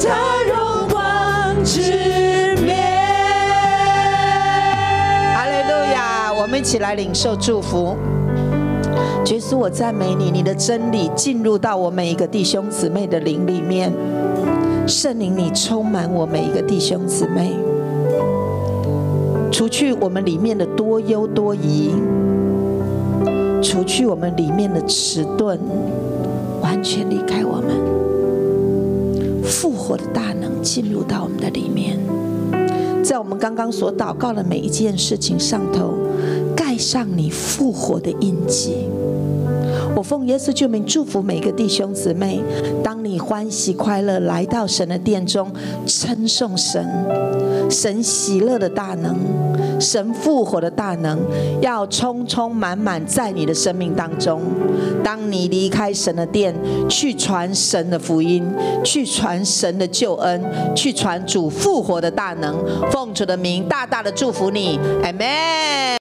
[SPEAKER 4] 他荣光之面。
[SPEAKER 10] 哈利路亚！我们一起来领受祝福。耶稣，我赞美你，你的真理进入到我每一个弟兄姊妹的灵里面。圣灵，你充满我每一个弟兄姊妹，除去我们里面的多忧多疑，除去我们里面的迟钝，完全离开我们。复活的大能进入到我们的里面。在我们刚刚所祷告的每一件事情上头，盖上你复活的印记。我奉耶稣救名祝福每一个弟兄姊妹，当你欢喜快乐来到神的殿中，称颂神，神喜乐的大能，神复活的大能，要充充满满在你的生命当中。当你离开神的殿，去传神的福音，去传神的救恩，去传主复活的大能，奉主的名大大的祝福你，阿门。